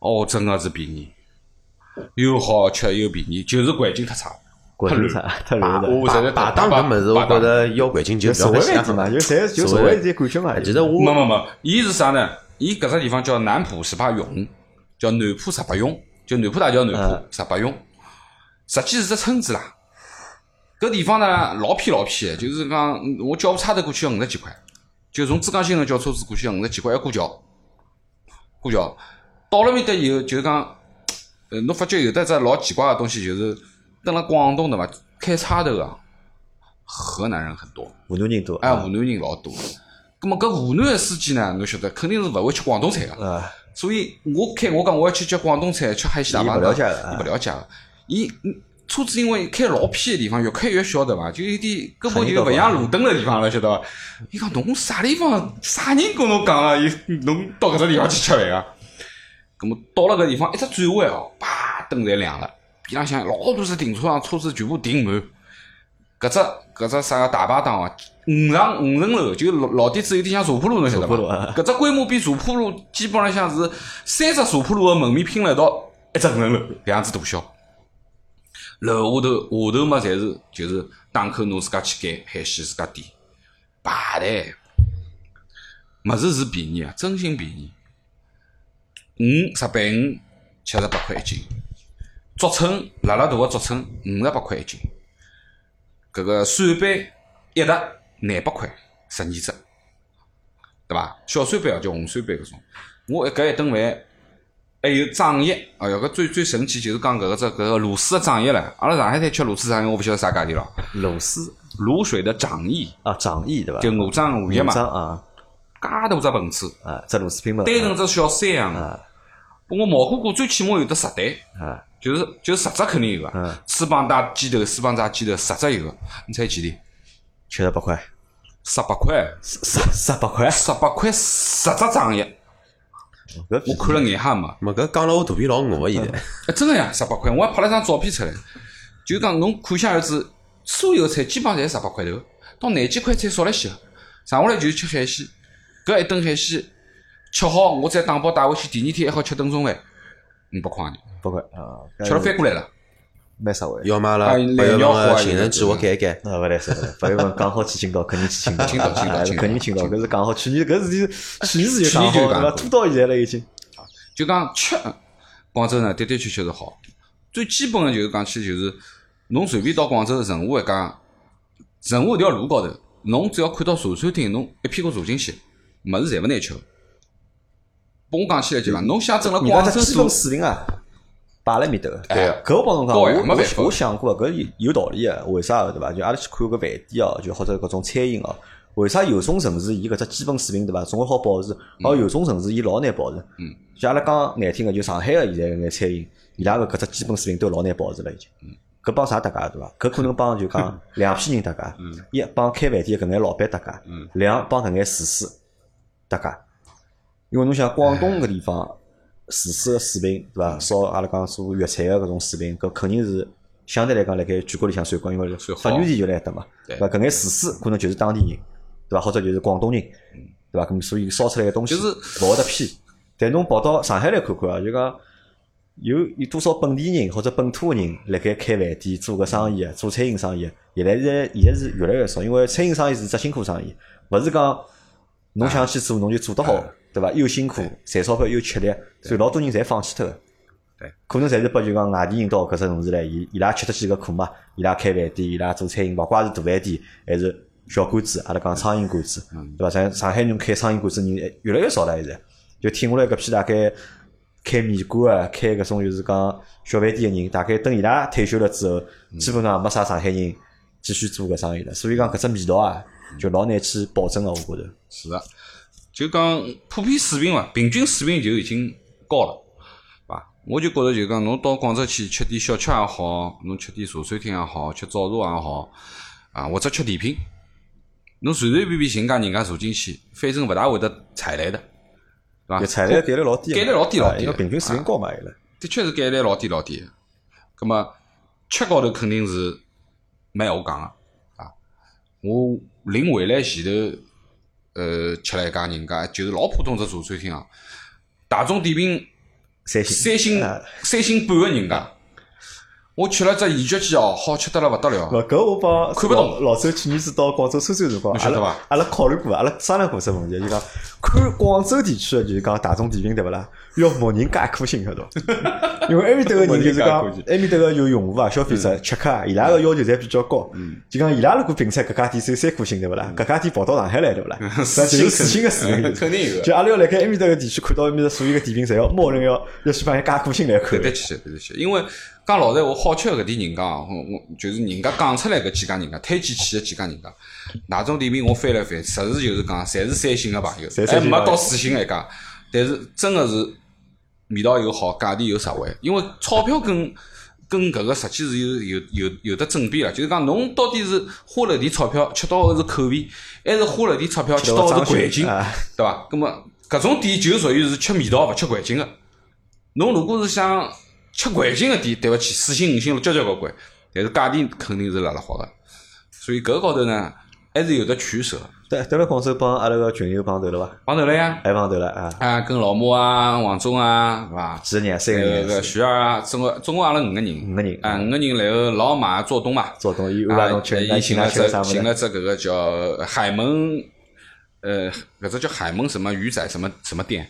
B: 哦，真个是便宜，又好吃又便宜，就是环境太差。
A: 国
B: 太
A: 际
B: 乱
A: 啥太
B: 排
A: 乱了。
B: 啊我实在
C: 排档搿物事，我觉着要环境就
A: 就
C: 不要
A: 社
C: 白
A: 会
C: 相
A: 问题嘛，就侪就社会一点感觉
B: 啊
A: 嘛。
C: 其实
B: 没
C: 我
B: 没没，伊是啥呢？伊搿只地方叫南浦十八涌，叫南浦十八涌，就南浦大桥南浦
A: 嗯
B: 十八涌，实际是只村子啦。搿地方呢，老偏老偏的，就是讲嗯我叫部车头过去要五十几块，就从珠江新城叫车子过去要五十几块，要过桥，过桥。到了面搭以后，就是讲，呃，侬发觉有的只老奇怪的东西，就是等了广东对伐？开差头啊，河南人很多。
A: 湖南人多
B: 哎，湖南人老多。咁么搿湖南个司机呢，侬晓得肯定是勿会吃广东菜个，
A: 啊，
B: 所以我开我讲我要去吃广东菜，吃海鲜大
A: 伊
B: 排档，
A: 勿了啊解个
B: 伊勿了解个，伊嗯车子因为开老偏个地方，越开越小对伐？就有点根本就勿像路灯个地方了，晓得伐？伊讲侬啥地方啥人跟侬讲啊？伊侬到搿只地方去吃饭啊？咁么到了搿地方一只转弯哦，叭灯侪亮了，边浪向老多只停车场车子全部停满，搿只搿只啥个大排档啊，五上五层楼，就老老底子有点像茶铺路，侬晓得伐
A: 茶铺路啊？
B: 搿只规模比茶铺路基本浪向是三只茶铺路个门面拼了一道，
A: 一只五层楼，
B: 两只大小。楼下头下头嘛，侪是就是档口侬自家去拣，海鲜自家点，排队。物事是便宜啊，真心便宜。五十板鱼七十八块一斤，竹蛏辣辣大个竹蛏五十八块一斤，搿个扇贝一沓廿八块十二只，对伐？小扇贝啊，叫红扇贝搿种。我一搿一顿饭还有掌叶，哎哟，搿最最神奇就是讲搿个只搿个螺丝的掌叶唻。阿拉上海滩吃螺丝掌叶，我勿晓得啥价钿了。
A: 螺丝
B: 卤水的掌叶，
A: 啊，长翼对伐？
B: 就鹅掌鹅叶嘛，
A: 五
B: 介
A: 张啊
B: 大只盆子，
A: 啊，只螺丝拼
B: 单
A: 了
B: 成只小山羊
A: 啊。
B: 我毛哥哥最起码有得十对，
A: 啊，
B: 就是就是十只肯定有
A: 嗯
B: 个，翅膀带鸡头，翅膀带鸡头，十只有个。你猜几钿？
A: 七十八块，
B: 十八块，哎
A: 十十十八块，
B: 十八块十只掌叶，
A: 搿
B: 我看了眼哈嘛。
C: 没搿讲了，我肚皮老饿个现
A: 嗯
C: 在。
B: 哎，真的呀，十八块，我还拍了张照片出来，就讲侬可想而知，所有的菜基本上侪十八块头，到廿几块菜少了些，剩下来就是吃海鲜，搿一顿海鲜吃好，我再打包带回去，第二天还好吃顿中饭，五百块洋钿，
A: 八块啊，
B: 吃了翻过来了，
A: 蛮实惠。
C: 要么阿拉
B: 哎
C: 八月
B: 两
C: 份
B: 个
C: 个
B: 花
C: 行
B: 园
C: 程计划改一改。
A: 那勿来塞了，八月份讲好去青岛，肯定去青岛，
B: 青岛青岛
A: 哎
B: 青岛
A: 肯定青岛，搿是讲好。去年搿事体，去年是
B: 去年
A: 讲
B: 就
A: 好，
B: 讲
A: 对伐？
B: 好
A: 拖到现在了已经。
B: 就讲吃，广州呢的的确确是好，最基本的就是讲起就是，侬随便到广州任何一家，任何一条路高头，侬只要看到茶餐厅，侬一屁股坐进去，物事侪勿难吃的。拨我讲起来就讲，侬想整了
A: 人
B: 广
A: 家
B: 州
A: 只基本
B: 做，
A: 水平啊，摆辣面头个。
B: 哎
A: 搿我帮侬讲，
B: 高
A: 我
B: 呀没办法
A: 我我想过，搿有有道理个，为啥个对伐？就阿拉去看搿饭店哦，就或者搿种餐饮哦，为啥有种城市伊搿只基本水平对伐，总归好保持，而有种城市伊老难保持。
B: 嗯，
A: 就阿拉讲难听个，就上海个现在搿眼餐饮，伊拉个搿只基本水平都老难保持了已经。
B: 嗯
A: 搿帮啥搭界对伐？搿可能帮就 讲两批人搭界，一帮开饭店搿眼老板搭界
B: 嗯，
A: 两帮搿眼厨师搭界。因为侬想广东搿地方厨师个水平对伐？烧阿拉讲做粤菜个搿种水平，搿肯定是相对来讲辣盖全国里向算高，因为
B: 算好
A: 发源地就辣埃搭嘛。
B: 对
A: 对伐？搿眼厨师可能就是当地人对伐？或者就是广东人对伐？咁所以烧出来个东西
B: 嗯就是
A: 勿会得偏。但侬跑到上海来看看啊，就讲。有有多少本地人或者本土人辣盖开饭店做搿生意啊，做餐饮生意啊？现在是现在是越来越少，因为餐饮生意是只辛苦生意，勿是讲侬想去做侬就做得
B: 啊
A: 好，对伐？又辛苦，赚钞票又吃力，所以老多人侪放弃脱个。
B: 对，
A: 可能侪是拨就讲外地人到搿只城市来，伊伊拉吃得起搿苦嘛，伊拉开饭店，伊拉做餐饮，勿怪是大饭店还是小馆子，阿拉讲苍蝇馆子，对伐？像上海人开苍蝇馆子人越来越少了，现在就挺下来搿批大概。开面馆啊，开搿种就是讲小饭店个人，大概等伊拉退休了之后，基本上没啥上海人继续做搿生意了。所以讲搿只味道啊，就老难去保证个，我觉着。
B: 是的，就讲普遍水平伐，平均水平就已经高了，对伐？我就觉着就讲侬到广州去吃点小吃也好，侬吃点茶餐厅也好，吃早茶也好，啊，或者吃甜品，侬随随便便寻家人家坐进去，反正勿大会得踩雷的，对伐？
A: 也产量概率老低，
B: 概率老低老低
A: 啊因为平均水平高嘛，伊拉。
B: 的确是概率老低老低。葛么吃高头肯定是没闲话讲个啊！我临回来前头，呃，吃了一家人家，就是老普通只茶餐厅啊，大众点评
A: 三星，
B: 三星
A: 啊
B: 三星半个人家，我吃了只盐焗鸡哦，好吃得了勿得了
A: 勿，。搿我帮
B: 看不懂
A: 老周去年子到广州参观辰光，
B: 侬
A: 阿
B: 晓得
A: 拉
B: 伐
A: 阿拉考虑过，阿拉商量过这问题，就讲看广州地区的，就是讲大众点评对勿啦？要默认加一颗星，晓得伐？ 因为埃面头个人就是讲
B: 默认加一颗星，
A: 埃面头个有用户啊、消费
B: 嗯
A: 者、吃客啊，伊拉个要求侪比较高。就讲伊拉如果评出搿家店只有三颗星对勿
B: 嗯
A: 啦？搿家店跑到上海来对 勿啦？那就有四星个水平。
B: 肯定有个
A: 就阿拉要辣盖埃面头个地区看到埃面头所有个点评，侪要默认要要去帮人家加一颗星来看
B: 对。得起，对得起。因为讲老实闲话，好吃的搿点人家啊，我我就是人家讲出来搿几家人家，推荐去的几家人家，哪种点评我翻了翻，实事求是讲，侪是三星的朋友
A: 侪，
B: 还
A: 三星
B: 没
A: 的
B: 到四星的一家。但是真的是味道又好，价钿又实惠，因为钞票跟跟搿个实际是有有有有得正比了，就是讲侬到底是花了点钞票吃到的是口味，还是花了点钞票吃到的是环境，
A: 啊
B: 对伐？那么搿种店就属于是吃味道勿吃环境个。侬如果是想吃环境个店，对勿起，四星五星交交关关，但是价钿肯定是辣辣好个。所以搿高头呢，还是有得取舍。
A: 对，德来广州帮阿拉个群友帮头了伐？
B: 帮头了呀，
A: 还帮头了啊，
B: 啊，跟老马啊、王总啊，是伐？
A: 几个人，三个
B: 还有
A: 人
B: 个，徐二啊，总共总共阿拉五个人，
A: 五个人
B: 啊，五个人，然后老马做东嘛，
A: 做东伊安排
B: 啊
A: 侬，去
B: 伊
A: 南
B: 请
A: 请
B: 了
A: 㑚吃个
B: 只
A: 啥
B: 请
A: 物
B: 了
A: 事？
B: 只搿个叫海门，呃，搿只叫海门什么鱼仔什么什么店，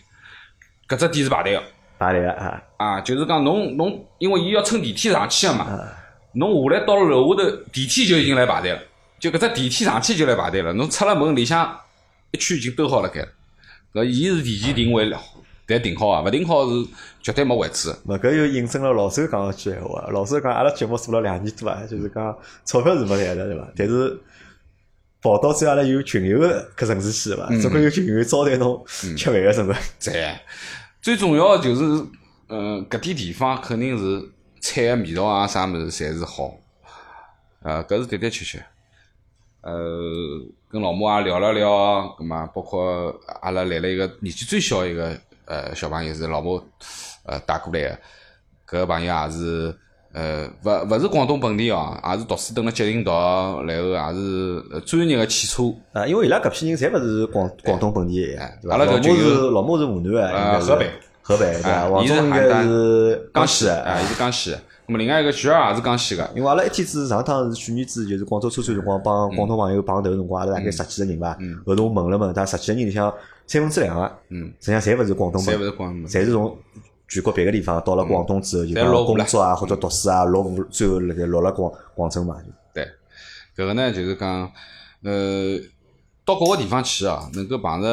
B: 搿只店是排队个。
A: 排队个啊，
B: 啊，就是讲侬侬，因为伊要乘电梯上去个嘛，侬下来到楼下头，电梯就已经来排队了，就搿只电梯上去就来排队了，侬出了门里向一区已经兜好了盖了，搿伊是提前定位了，侪定好啊，勿定好是绝对没位置的。
A: 嘛，搿又印证了老周讲一句闲话。老周讲阿拉节目做了两年多啊，就是讲钞票是没赚的，对伐？但是跑到最后阿拉有群友的搿层次去的
B: 嗯
A: 伐？总归有群友招待侬吃饭个辰光，
B: 在最重要的就是，嗯、搿点地方肯定是菜个味道啊，啥物事侪是好，啊，搿是的的确确。呃，跟老母也聊了聊，啊葛么包括阿拉来了一个年纪最小一个呃小朋友是老母呃带过来的，搿个朋友也是呃勿勿是广东本地哦，也是读书蹲辣吉林读，然后也是呃专业个汽车。
A: 啊，因为伊拉搿批人侪勿是广广东本地人
B: 哎，
A: 对伐？
B: 阿拉搿
A: 老
B: 群
A: 母
B: 友
A: 是老母是湖南的，应
B: 呃
A: 该是
B: 河北
A: 河北对伐？
B: 哎
A: 王
B: 伊是
A: 总应
B: 邯
A: 该
B: 郸
A: 是江西的，
B: 啊，伊是江西的。那么另外一个徐儿也是江西个，
A: 因为阿拉一天子上趟是去年子，就是广州车展辰光
B: 嗯
A: 帮广东朋友碰头辰光，阿拉大概十几个人吧。后头我问了问，但十几个人里向三分之两个，
B: 嗯，
A: 实际上侪勿是广东
B: 侪
A: 本
B: 勿是广东本地
A: 侪是从全国别个地方到了广东之后，就
B: 侪落
A: 讲
B: 户
A: 工
B: 了嗯
A: 作啊或者读书啊落户，最后辣盖落了广广州嘛。
B: 对，搿个呢就是讲，呃，到各个地方去啊，能够碰着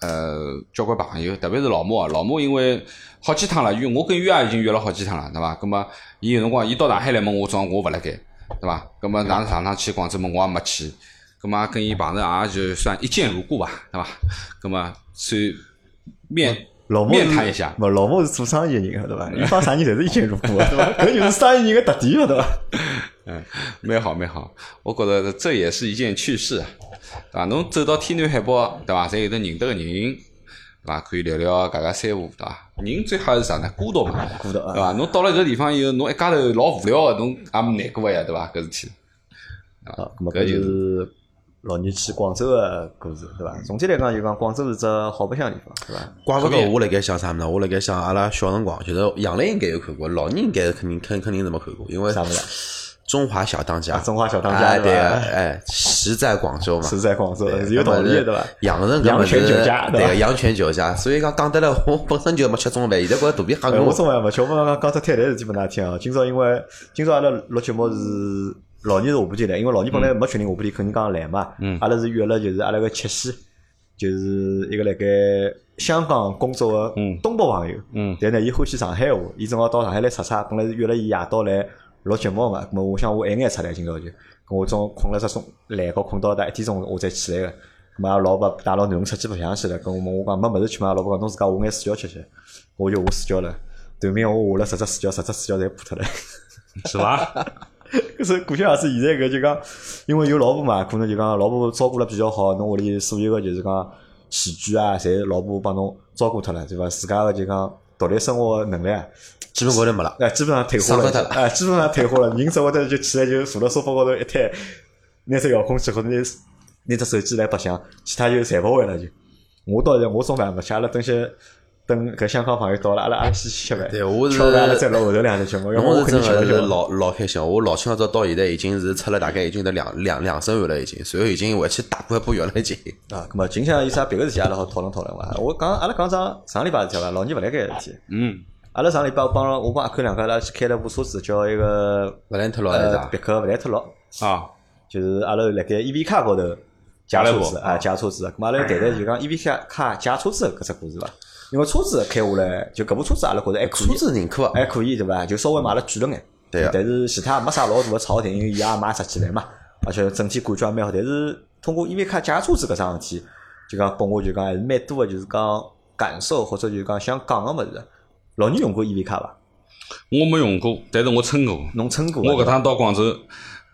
B: 呃交关朋友，特别是老莫啊，老莫因为好几趟了，约我跟约也已经约了好几趟了，对伐？葛么伊有辰光伊到上海来问我，正好我勿辣盖，对伐？葛么哪上趟去广州么我也没去，葛么跟伊碰着也就算一见如故吧，对伐？葛么算面
A: 老莫
B: 面
A: 是
B: 谈一下，
A: 勿老莫是做生意的人，对伐？伊帮啥人侪是一见如故的，对伐？搿就是生意人个特点嘛， 对伐？
B: 蛮好蛮好，我觉着这也是一件趣事啊，对伐？侬走到天南海北，对伐？侪有得认得个人，对伐？可以聊聊家家三胡，对伐？人最好是啥呢？孤独嘛，
A: 孤独啊
B: 对伐？侬到了搿地方以后，侬一家头老无聊个，侬也难过呀，对伐？搿事体，
A: 啊，咁么
B: 搿
A: 搿
B: 就
A: 就是老年去广州个故事，对伐？总体来讲就讲广州是只好白相地方，对伐？
C: 怪勿得我辣盖想啥物事，我辣盖想阿拉小辰光，就是杨澜应该有看过，老人应该肯定肯肯定是没看过，因为
A: 啥物事啊
C: 中华小当家，
A: 啊中华小当家
C: 哎
A: 对
C: 对
A: 吧
C: 啊，哎，实在广州嘛，
A: 是在广州
C: 对
A: 是有道理的，对伐？
C: 养成
A: 阳泉酒家对
C: 对
A: 吧
C: 个阳泉酒家，所以讲讲得来，我本身就没吃中饭，现在觉着肚皮吓
A: 哎，我
C: 我。
A: 中晚没吃，我刚刚刚才摊台事体拨㑚听啊。今朝因为今朝阿拉录节目是老年是下半天来，因为老年本来没确定下半天肯定讲来嘛。
B: 嗯
A: 阿拉是约了，就是阿拉个七夕，就是一个辣盖香港工作个
B: 嗯
A: 东北朋友。
B: 嗯，
A: 但呢，伊欢喜上海话，伊正好到上海来出差，本来是约了伊夜到来录节目嘛。咁么我想我晚眼出来，今朝就，咁我中午困了只钟，懒觉困到大一点钟我再起来个。咁阿拉老婆带老囡恩出去白相去了，跟我问我讲没物事去嘛，阿拉老婆讲侬自家下眼水饺吃吃，我就下水饺了。对面我下了十只水饺，十只水饺侪破脱了。
B: 是伐？
A: 搿是可想而知，现在搿就讲，因为有老婆嘛，可能就讲老婆照顾了比较好，侬屋里所有个就是讲起居啊，侪老婆帮侬照顾脱了，对伐？自家个就讲独立生活个能力啊，
C: 基本高头没 了，
A: 哎，基本上退化了
C: 上课脱了，
A: 哎，基本上退化了。人只会得就起来就坐到沙发高头一摊，拿只遥控器或者拿拿只手机来白相，其他就侪勿会了就。我到现在我中饭勿吃，阿拉等些等搿香港朋友到了，阿拉阿拉先去吃饭。
C: 对我是
A: 吃完阿拉再录后头两集节目，要不
C: 侬
A: 哎我
C: 是
A: 肯
C: 真
A: 定吃勿消。
C: 个是老老开心，我老清早到现在已经是出了大概已经得两两两身汗了，已经，随后已经回去打过一把浴了已经。
A: 啊，咁么今向有啥别个事体阿拉好讨论讨论伐？我讲阿拉讲上上礼拜的事体伐？老年勿来搿个事体。
B: 嗯，
A: 阿拉上礼拜帮了我帮阿坤两家阿拉去开了部车子，叫一个
C: 勿然特老来
A: 呃
C: 啥
A: 别？克勿莱特六。
B: 啊，
A: 就是阿拉辣盖 EV 卡高头借车子
B: 加了
A: 啊，借车子。咁阿拉谈谈就讲 E EV 卡卡借车子搿只故事伐？因为车子开下来，就搿部车子阿拉觉着还可
C: 车
A: 以，
C: 子认可啊，
A: 还可以对伐？就稍微买了贵了眼，
C: 对啊
A: 但是其他没啥老大个槽点，因为伊也买十几万嘛，而且整体感觉也蛮好。但是通过 EV 卡借车子搿桩事体，就讲拨我就讲还是蛮多个，就是讲感受或者就是讲想讲个物事。老年用过 EV 卡伐？
B: 我没用过，但是我乘过。
A: 侬乘过伐？
B: 我搿趟到广州，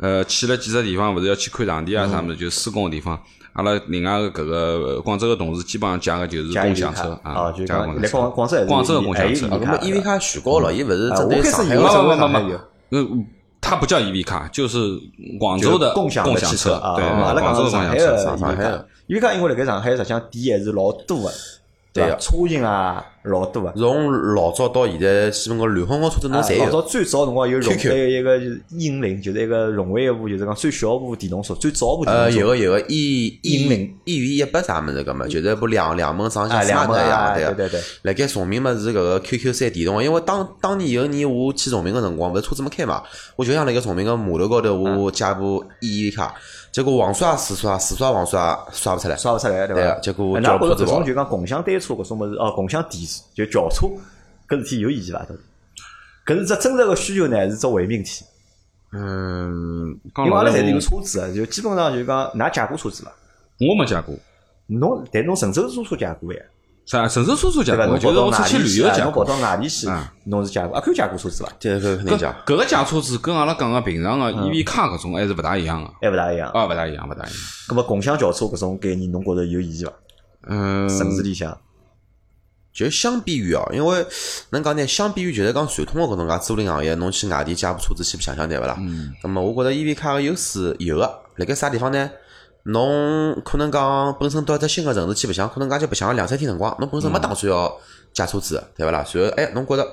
B: 呃，去了几只地方，勿是要去看场地啊啥
A: 嗯
B: 物事，就施工个地方。阿拉另外个搿个呃广州个同事，基本上借个就是
A: 加
B: 共
A: EV
B: 享
A: 卡
B: 车
A: 啊，就
B: 借个
A: 讲
B: 共
A: 来
B: 享
A: 广
B: 车。
A: 广州还是
B: 广州的共享
A: 还有
B: 车
C: 啊
B: 嗯
C: 那
A: EV
C: 么
A: 卡
C: EV 卡全高了，伊勿是
A: 啊
C: 针
A: 我
C: 对
A: 开
C: 上
A: 始
C: 海
A: 以为
C: 个
A: 是
B: 没
A: 为
B: 没
A: 上
B: 没
A: 海
B: 没
A: 有。
B: 嗯，它不叫 EV 卡，就是广州的
A: 共
B: 享
A: 的汽
B: 车，
A: 啊，
B: 对，
A: 我们阿拉
B: 广
A: 讲
B: 州
A: 是
B: 的
A: 上
B: 共
A: 海的伊维
B: 享车，
C: 上海
A: 卡
C: 的，
A: 伊维卡因为辣盖上海实际上店还是老多的，
C: 对
A: 伐？
C: 啊
A: 车型啊老多的。
C: 从老早到现在，基本高乱哄哄车子侬
A: 啊
C: 侪
A: 老早
C: 有。
A: 最早辰光有荣，
C: QQ
A: 还有一个就是英灵，就是一个荣威一部，就是讲最小部电动车，最早部电
C: 呃，
A: 动车
C: 有个有个一
A: 英
C: 一
A: 灵
C: 一元一百啥么子个嘛，就是不两两门
A: 啊，
C: 上下
A: 两
C: 两
A: 门
C: 门
A: 啊，
C: 呀，
A: 对对
C: 个。
A: 对，
C: 辣盖崇明嘛是搿个 QQ 三电动，因为当当年有一年我去崇明个辰光，勿是车子没开嘛，我就想辣盖崇明个码头高头
A: 嗯
C: 我借部 EV 卡，结果王刷试刷试刷王刷刷勿出来，
A: 刷勿出来对哎
C: 对
A: 伐
C: 啊？结果
A: 那
C: 叫
A: 觉着搿
C: 车子
A: 种
C: 跑
A: 就讲共享单车搿种物事，哦，共享电池就轿车，搿事体有意义伐？到底搿是只真正个需求呢，是只伪命题。
B: 嗯，
A: 因
B: 讲
A: 为
B: 老
A: 阿拉
B: 实
A: 侪是有
B: 闲话
A: 车子啊个，就基本上就是讲，㑚借过车子伐？
B: 我没借过，
A: 侬但侬顺手租车借过呀，
B: 啥甚至车车借
A: 对伐？
B: 过，
A: 侬
B: 就
A: 跑
B: 是
A: 到
B: 我出
A: 外
B: 去
A: 地
B: 旅
A: 去
B: 游
A: 啊，
B: 借
A: 侬跑
B: 过。
A: 到外地去
B: 嗯，
A: 侬是借过，阿啊 Q 借过车子伐？
C: 对搿肯定
B: 搿
C: 讲，
B: 搿个借车子跟阿拉讲个平常
A: 嗯
B: 个 EV 卡搿种还是勿大一样个，
A: 还勿大一样。
B: 啊，勿大一样，勿大一样。
A: 咁么共享轿车搿种概念，侬觉着有意义伐？
B: 嗯，
A: 城市里向，
C: 就相比于哦，因为能讲呢，相比于就是讲传统个搿种介租赁行业，侬去外地借部车子去白相相对勿啦？
B: 嗯，
C: 那么我觉着 EV 卡个优势有个，辣盖啥地方呢？侬可能讲本身到一只新个城市去白相，可能讲就白相个两三天辰光，侬本身没打算要借车子的，对勿啦？随后哎，侬觉着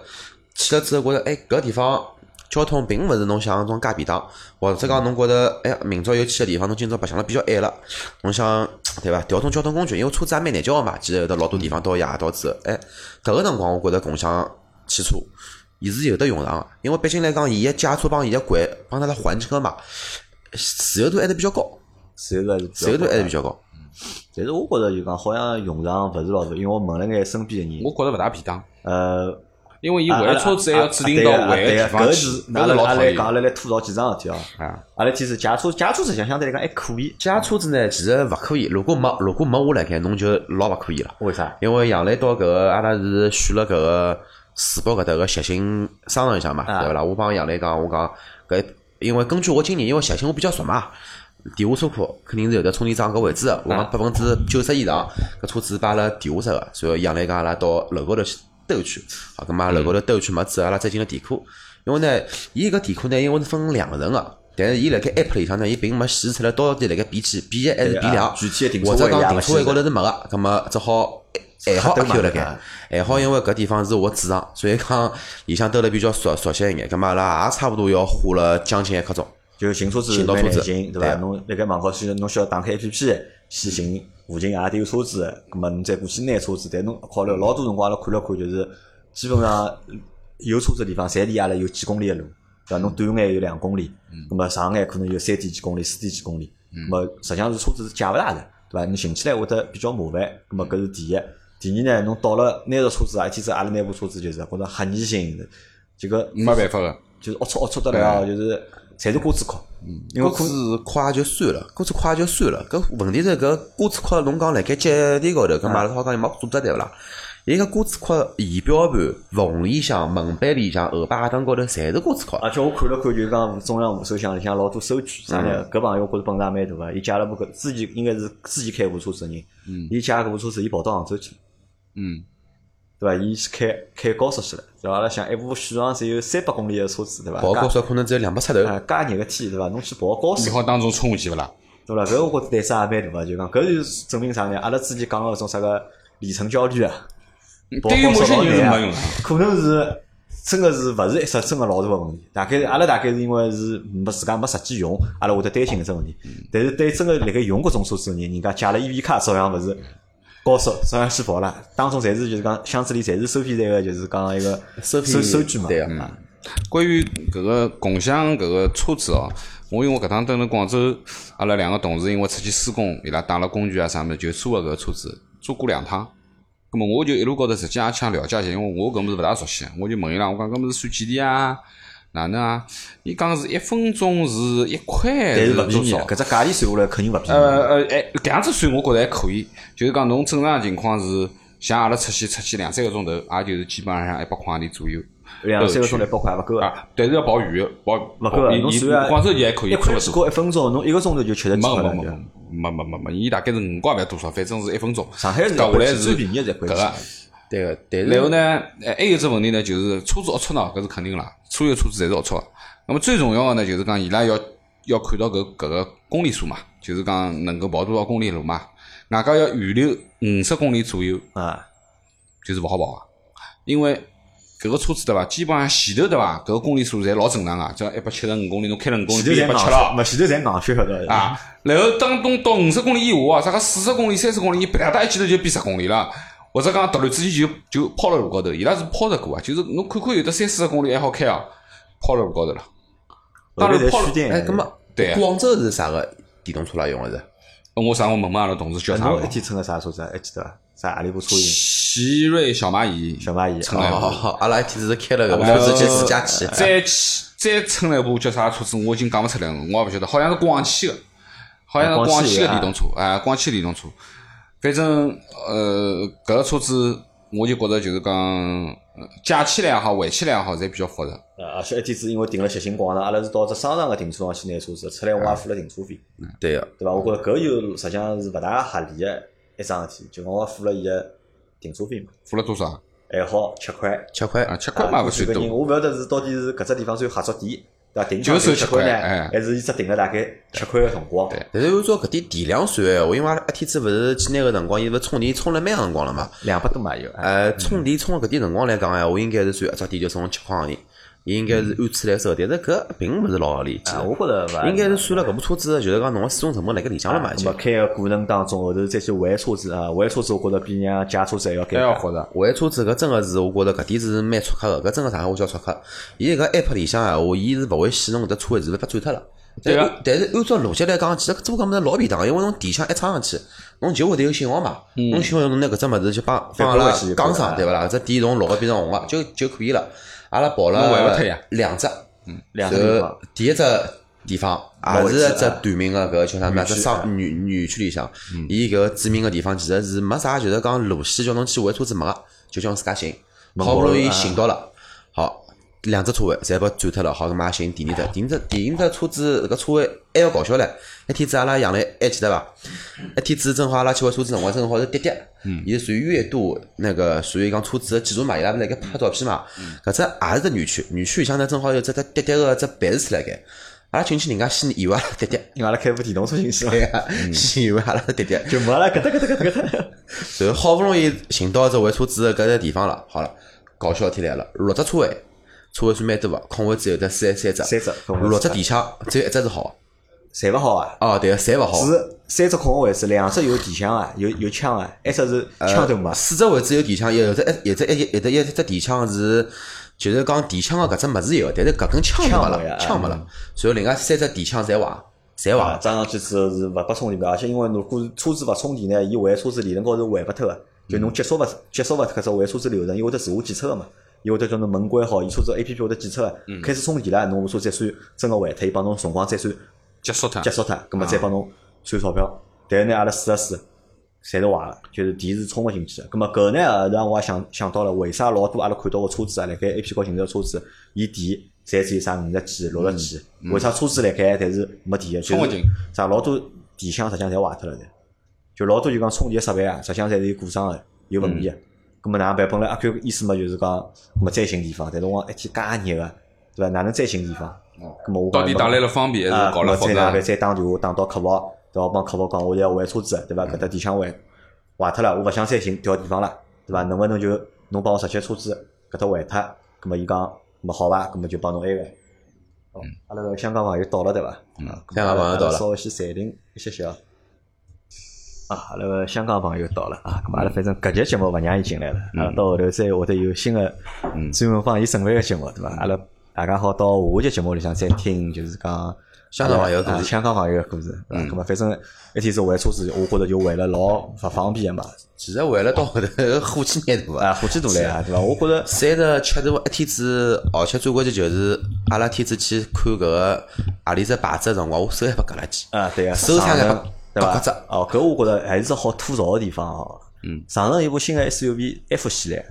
C: 去了之后觉着哎搿地方交通并勿是侬想象中介便当，或者讲侬觉着哎明朝有去个地方，侬今朝白相了比较晚了，侬想对伐？调动交通工具，因为车子也蛮难叫个嘛，其实有得老多地方到夜到之后，哎，迭个辰光我觉着共享汽车。伊是有得用场个，因为毕竟来讲，伊个借车帮伊个管帮他的还车嘛，自由度还是比较高，
A: 自由度还是比较
C: 自由度还是
A: 高
C: 比较高。
A: 但是我觉着就讲，好像用场勿是老多，因为我问了眼身边的人
B: 我，觉着勿大便当，
A: 呃，
B: 因为伊
A: 啊
B: 还车子还要指定到还
A: 对
B: 个地
A: 个，
B: 方
A: 搿
B: 去
A: 是，
B: 搿
A: 阿
B: 是
A: 拉
B: 老
A: 阿
B: 讨
A: 拉
B: 厌
A: 讲阿拉来吐槽几桩事体哦。
B: 啊。
A: 阿拉天是借车，借车实际上相对来讲还可以，
C: 借车子呢，其实勿可以，如果没如果没我辣盖，侬就老勿可以了。
A: 为啥？
C: 因为杨澜到搿个，阿拉是选了搿个世博搿搭个协鑫商场里向嘛，
A: 啊
C: 对勿啦？我帮杨澜讲，我讲搿因为根据我经验，因为协鑫我比较熟嘛，地下车库肯定是有得充电桩搿位置的，
A: 啊
C: 我讲百分之九十以上搿车子摆辣地下室个，然后杨澜讲阿拉到楼高头去兜一圈，好，搿么楼高头兜一圈没之后，阿拉再进了地库，因为呢，伊搿地库呢，因为是分两层个。但是伊辣盖 app 里向呢，伊并没显示出来到底辣盖 B 几 B 一还是 B
A: 对
C: 两
A: 啊，具体的停车
C: 或者
A: 位也
C: 讲
A: 勿
C: 停车
A: 显
C: 位
A: 示
C: 高头是没个，葛么只好哎还好
A: 瞎
C: 阿
A: 兜嘛
C: Q 辣
A: 啊
C: 盖，哎还好因为搿地方是我主场，所以讲里向兜了比较熟熟悉一眼，葛么阿拉也差不多要花了将近一刻钟。
A: 就是寻车子
C: 寻到
A: 蛮
C: 车
A: 难
C: 子
A: 寻，对
C: 对
A: 伐？
C: 啊
A: 侬辣盖网高头去，侬需要打开 A P P 去寻附近阿里有车子的，葛么侬再过去拿车子。但侬考虑老多辰光，阿拉看了看，就是基本上有车子的地方，侪离阿拉有几公里的路，对伐？侬短眼有两公里，葛么长眼可能有三点几公里、四点几公里，葛么实际上是车子是借勿大的，对伐？侬寻起来会得比较麻烦，葛么搿是第一。第二呢，侬到了拿着车子啊，一天子阿拉拿部车子就是觉着黑泥性的，这个
B: 没办法个，
A: 就是龌龊龌龊得了，啊就是侪是瓜子壳，因为
C: 锅
A: 可
C: 子快就算了，锅子快就算了。搿问题是搿锅子壳侬讲辣盖脚底高头，搿
A: 啊
C: 嘛阿拉好讲伊没组织对勿啦？伊个锅子壳仪表盘、缝里向、门板里向、后排灯高头，侪是锅子壳。
A: 而且我看了看，就是讲中央扶手箱里向老多收据，啥呢？搿朋友我觉着本事也蛮大个，伊借了部搿之前应该是之前开部车子个人，伊借搿部车子，伊跑到杭州去了，
B: 嗯，
A: 对伐？伊去开开高速去了，对伐？阿拉想一部续航只有三百公里个车子，对伐？
C: 跑高速可能只有两百出头，
A: 啊，介热个天，对伐？侬去跑高
B: 你
A: 速，
B: 好当中冲下去勿啦？
A: 对伐？搿我觉着代价也蛮大个，就讲搿就是证明啥呢？阿拉之前讲个搿种啥个里程焦虑啊，跑
B: 对于某
A: 高速
B: 些
A: 老
B: 人是
A: 难啊
B: 没用的。
A: 可能是真个是勿是一只真个老大个问题。大概是阿拉大概是因为是没自家没实际用，阿拉会得担心搿只问题。
B: 嗯
A: 但是对真个辣盖用搿种车子个人，人家借了 EV 卡照样勿是高速照样去跑啦。当中侪是就是讲箱子里侪是收费站个，就是讲一个
C: 收费
A: 收收据嘛。
C: 对啊
A: 啊，
B: 关于搿个共享搿个车子哦，我因为我搿趟蹲辣广州，阿拉两个同事因为出去施工，伊拉带了工具啊啥物事，就租了搿个车子，租过两趟。咁么我就一路高头实际也想了解一下，因为我搿物事勿大熟悉，啊我就问伊拉，我讲搿物事算几钿啊？哪能啊？伊讲是一分钟是一块，
A: 但是勿便
B: 多
A: 宜
B: 少
A: 啊，？搿只价钿算下来肯定勿便宜。
B: 呃呃，哎，搿样子算我觉着还可以。就是讲侬正常情况是，像阿拉出去出去两三个钟头，也就是基本上一百块钿左右。
A: 两三个钟头一百块也勿够啊。
B: 啊，但是要跑远，跑
A: 勿够啊
B: 伊
A: 侬
B: 伊
A: 算啊
B: 广州现在可以
A: 一
B: 差
A: 块
B: 勿
A: 几
B: 多。
A: 角一分钟，侬一个钟头就吃得几
B: 没
A: 块
B: 没
A: 了。
B: 没
A: 对伐
B: 没没没没，伊大概是五块还多少，反正是一分钟。
A: 上海是
B: 搿下来
A: 最
B: 是
A: 便宜的才
B: 搿
A: 贵
B: 个。
C: 对个。但是
B: 呃然后呢，哎还有一只问题呢，就是车子龌龊呢，搿是肯定啦，所有车子侪是龌龊的。那么最重要的呢，就是讲伊拉要要看到搿搿个公里数嘛，就是讲能够跑多少公里路嘛。外加要预留五十公里左右，
A: 啊，
B: 就是勿好跑啊，因为搿个车子对伐，基本上前头对伐，搿个公里数侪老正常啊，只要一百七十五公里，侬开了五公里，
A: 前头
B: 变
A: 侪
B: 一百七
A: 硬，
B: 了
A: 没前头侪硬血晓得伐？
B: 啊。然后当东到五十公里以下啊，啥个四十公里、三十公里，伊啪嗒一记头就变十公里了。或者讲突然之间就就抛了路高头，伊拉是抛着过啊，就是侬看看有的三四十公里还好开啊，抛了路高头了。
A: 后头
B: 当然跑
A: 侪
B: 了
A: 虚电。
C: 哎，搿么
B: 对啊
C: 广州是啥个电动车啦用的是？
B: 我啥？我问问阿拉同事叫
A: 哎
B: 啥
A: 侬一
B: 个？
A: 天乘个啥车子啊？还记得伐？啥阿里部车型？
B: 奇瑞小蚂蚁，
A: 小蚂蚁。
B: 乘了一
A: 哦
B: 部
C: 哦，好阿拉一天只是开了个，
B: 然
C: 我
B: 后
C: 自己自家
A: 啊
C: 去。哎
B: 再去再乘了一部叫啥车子，我已经讲勿出来了，我也勿晓得，好像是广汽个，好像是
A: 广
B: 广
A: 汽
B: 汽个
A: 啊
B: 电动车，哎，广汽电动车。反正呃，搿个车子我就觉着就是讲，呃借起来也好，还起来也好，侪比较复杂。
A: 啊，而且一天子因为停了协鑫广场，阿拉是到只商场个停车场去拿车子，出来我也付了停车费，
C: 对个，
A: 对伐？我觉着搿又实际上是勿大合理个一桩事体，就我付了伊个停车费嘛，
B: 付了多少？
A: 还好七块。
C: 七块
B: 啊，七块嘛，勿算
A: 搿人
B: 多。
A: 我勿晓得是到底是搿只地方算合作店，对伐？停
B: 就
A: 场
B: 收
A: 收
B: 七
A: 七
B: 块
A: 块
B: 哎
A: 呢，还是伊只停了大概七块个辰光？
B: 对
C: 但是按照搿点电量算闲话，因为阿拉一天子勿是去拿个辰光，伊勿是充电充了蛮长辰光了嘛。
A: 两百多嘛有。哎
C: 呃，充电充搿点辰光来讲闲话，应该是算一只电就充七块行钿，伊应该是按此来收，但是搿并勿是老合理。其实
A: 啊，我觉着伐，
C: 应该是算了搿部车子，就是讲侬个使用成本辣盖里向了嘛，已
A: 那
C: 经
A: 么。开个过程当中，后头再去还车子啊，还车子我觉着比人家借车子还要
B: 还要
A: 尴尬。
B: 复杂。
C: 还车子搿真个是，我觉着搿点是蛮出克个，搿真个啥我叫出克。伊搿 app 里向闲话，伊是勿会显侬搿只车位是勿是被占脱了。
B: 对啊
C: 但但是按照逻辑来讲，其实搿只搿物事老便当的，因为侬电箱一插上去，侬就会得有信号嘛。侬信号侬拿搿只物事就帮放阿
A: 嗯拨回去
C: 拉
A: 就可以
C: 杠
A: 了
C: 上对勿啦？搿只电从绿个变成红个就就可以了。阿拉跑
B: 侬还勿
C: 了
B: 脱呀
C: 两只，
A: 啊两个地
C: 呃
A: 方，，
C: 第一只地方也
A: 勿
C: 是
A: 会
C: 一
A: 去
C: 只
A: 啊
C: 短命个搿个叫啥物事？只
A: 区
C: 商女女区里向，伊搿个指明个地方其实是没啥，就是讲路线叫侬去还车子没个，就叫侬自家寻。
A: 门
C: 好不
A: 口
C: 容易
A: 啊
C: 寻到了，好，两只车位侪拨占脱了，好搿嘛也寻第二只，第二只第二只车子搿车位还要搞笑唻。一天子阿拉养了还记得伐？一天子正好阿拉去还车子辰光，正好是滴滴，伊是属于月度那个属于讲车子的记录嘛，伊拉勿是辣盖拍照片嘛。搿只也是只女区，女区里向呢正好有只只滴滴个只办事处辣盖，阿拉群去人家先以为阿拉滴滴，
A: 因为阿拉开部电动车进 去嘛，
C: 对啊，
A: 嗯
C: 先以为阿拉是滴滴，
A: 就没了，搿搭搿搭搿搭搿搭。
C: 然后好不容易寻到只还车子的搿只地方了，好了，搞笑天来了，六只车位，车位算蛮多个，空位只有得三三只，
A: 三只空位
C: 六只地箱只有一只是好
A: 侪勿好啊。
C: 的，哦对个，侪勿好的，
A: 是三只空个位置，两只有电箱啊，有有枪啊，一只是枪头嘛，
C: 四只位置有地箱，有只哎一有只一有只一只地箱是。就是讲地枪个搿只物事有，但是搿根枪没
A: 枪没嗯
C: 了，
A: 了
C: 枪没了。然后另外三只地枪侪坏，侪
A: 对伐？
C: 坏。
A: 装上去之后是勿拨充电的，而啊且因为如果是车子勿充电呢，伊还车子理论高头还勿脱个，啊就侬结束勿结束勿脱搿只还车子流程，伊会得自我检测个嘛，伊会得叫侬门关好，伊车子啊嗯 A P P 会得检测个，开始充电了，侬车再算真个还脱，伊帮侬辰光再算
B: 结束脱
A: 结。束脱，
B: 啊
A: 葛末啊再帮侬算钞票。但是呢，阿拉试了试，侪是坏个，就是电是充勿进去个。葛末搿呢，让我也想想到了，为啥老多阿拉看到个车子啊，辣盖 A P 高寻到车子，伊电侪只有啥五十几、六十几，为啥车子辣盖但是没电个？啊
B: 充嗯勿
A: 就是
B: 进。
A: 啥老多电箱实际上侪坏脱了的，就老多就讲充电设备啊，实际上侪是有故障个，有问
B: 嗯
A: 题个。咁啊么哪能办？本来阿 Q 意思嘛，就是讲，咁么再寻地方，但是我一哎天介热个，对伐？哪能再寻地方？咁啊么我
B: 哦到底
A: 讲
B: 带来了方便还
A: 啊，
B: 是搞了
A: 咾
B: 复
A: 再哪
B: 杂
A: 办？？再打电话打到客服，对伐？我帮客服讲，我要还车子，对
C: 嗯
A: 伐？搿搭电箱坏坏脱了，我勿想再寻调地方了，对伐？能勿能就侬帮我直接车子搿搭还脱？咁么伊讲，咁么好伐？咁么就帮侬
C: 嗯
A: 安排。哦阿拉个香港朋友到了对伐？
B: 嗯
A: 啊
C: 香港朋友到了
A: 阿拉稍微先暂停一歇歇啊。啊，阿拉个香港朋友到了啊，咁么阿拉反正搿节节目勿让伊进来了，
C: 嗯
A: 阿拉到后头再会得有新个
B: 嗯
A: 专门帮伊准备个节目，对伐？
C: 嗯
A: 阿拉大家好到下节节目里向再听，就是讲
C: 香港朋友的
A: 个
C: 故事嗯
A: 香港朋友个故事，对伐？咁么啊反正一天是还车子，我觉着就为了老勿方便个嘛，
C: 其实为了到后头火气蛮大个
A: 啊，。火气大来啊，对伐？我觉着
C: 三十七度一天子，而且最关键就是阿拉天子去看搿个阿里只牌子个辰光，我手还拨割了几。
A: 啊，对啊，
C: 收
A: 上
C: 摊
A: 层
C: 了
A: 对
C: 八
A: 伐
C: 八折？
A: 哦，搿我觉着还是好吐槽个地方哦。嗯，上层有部新个 SUV F 系列，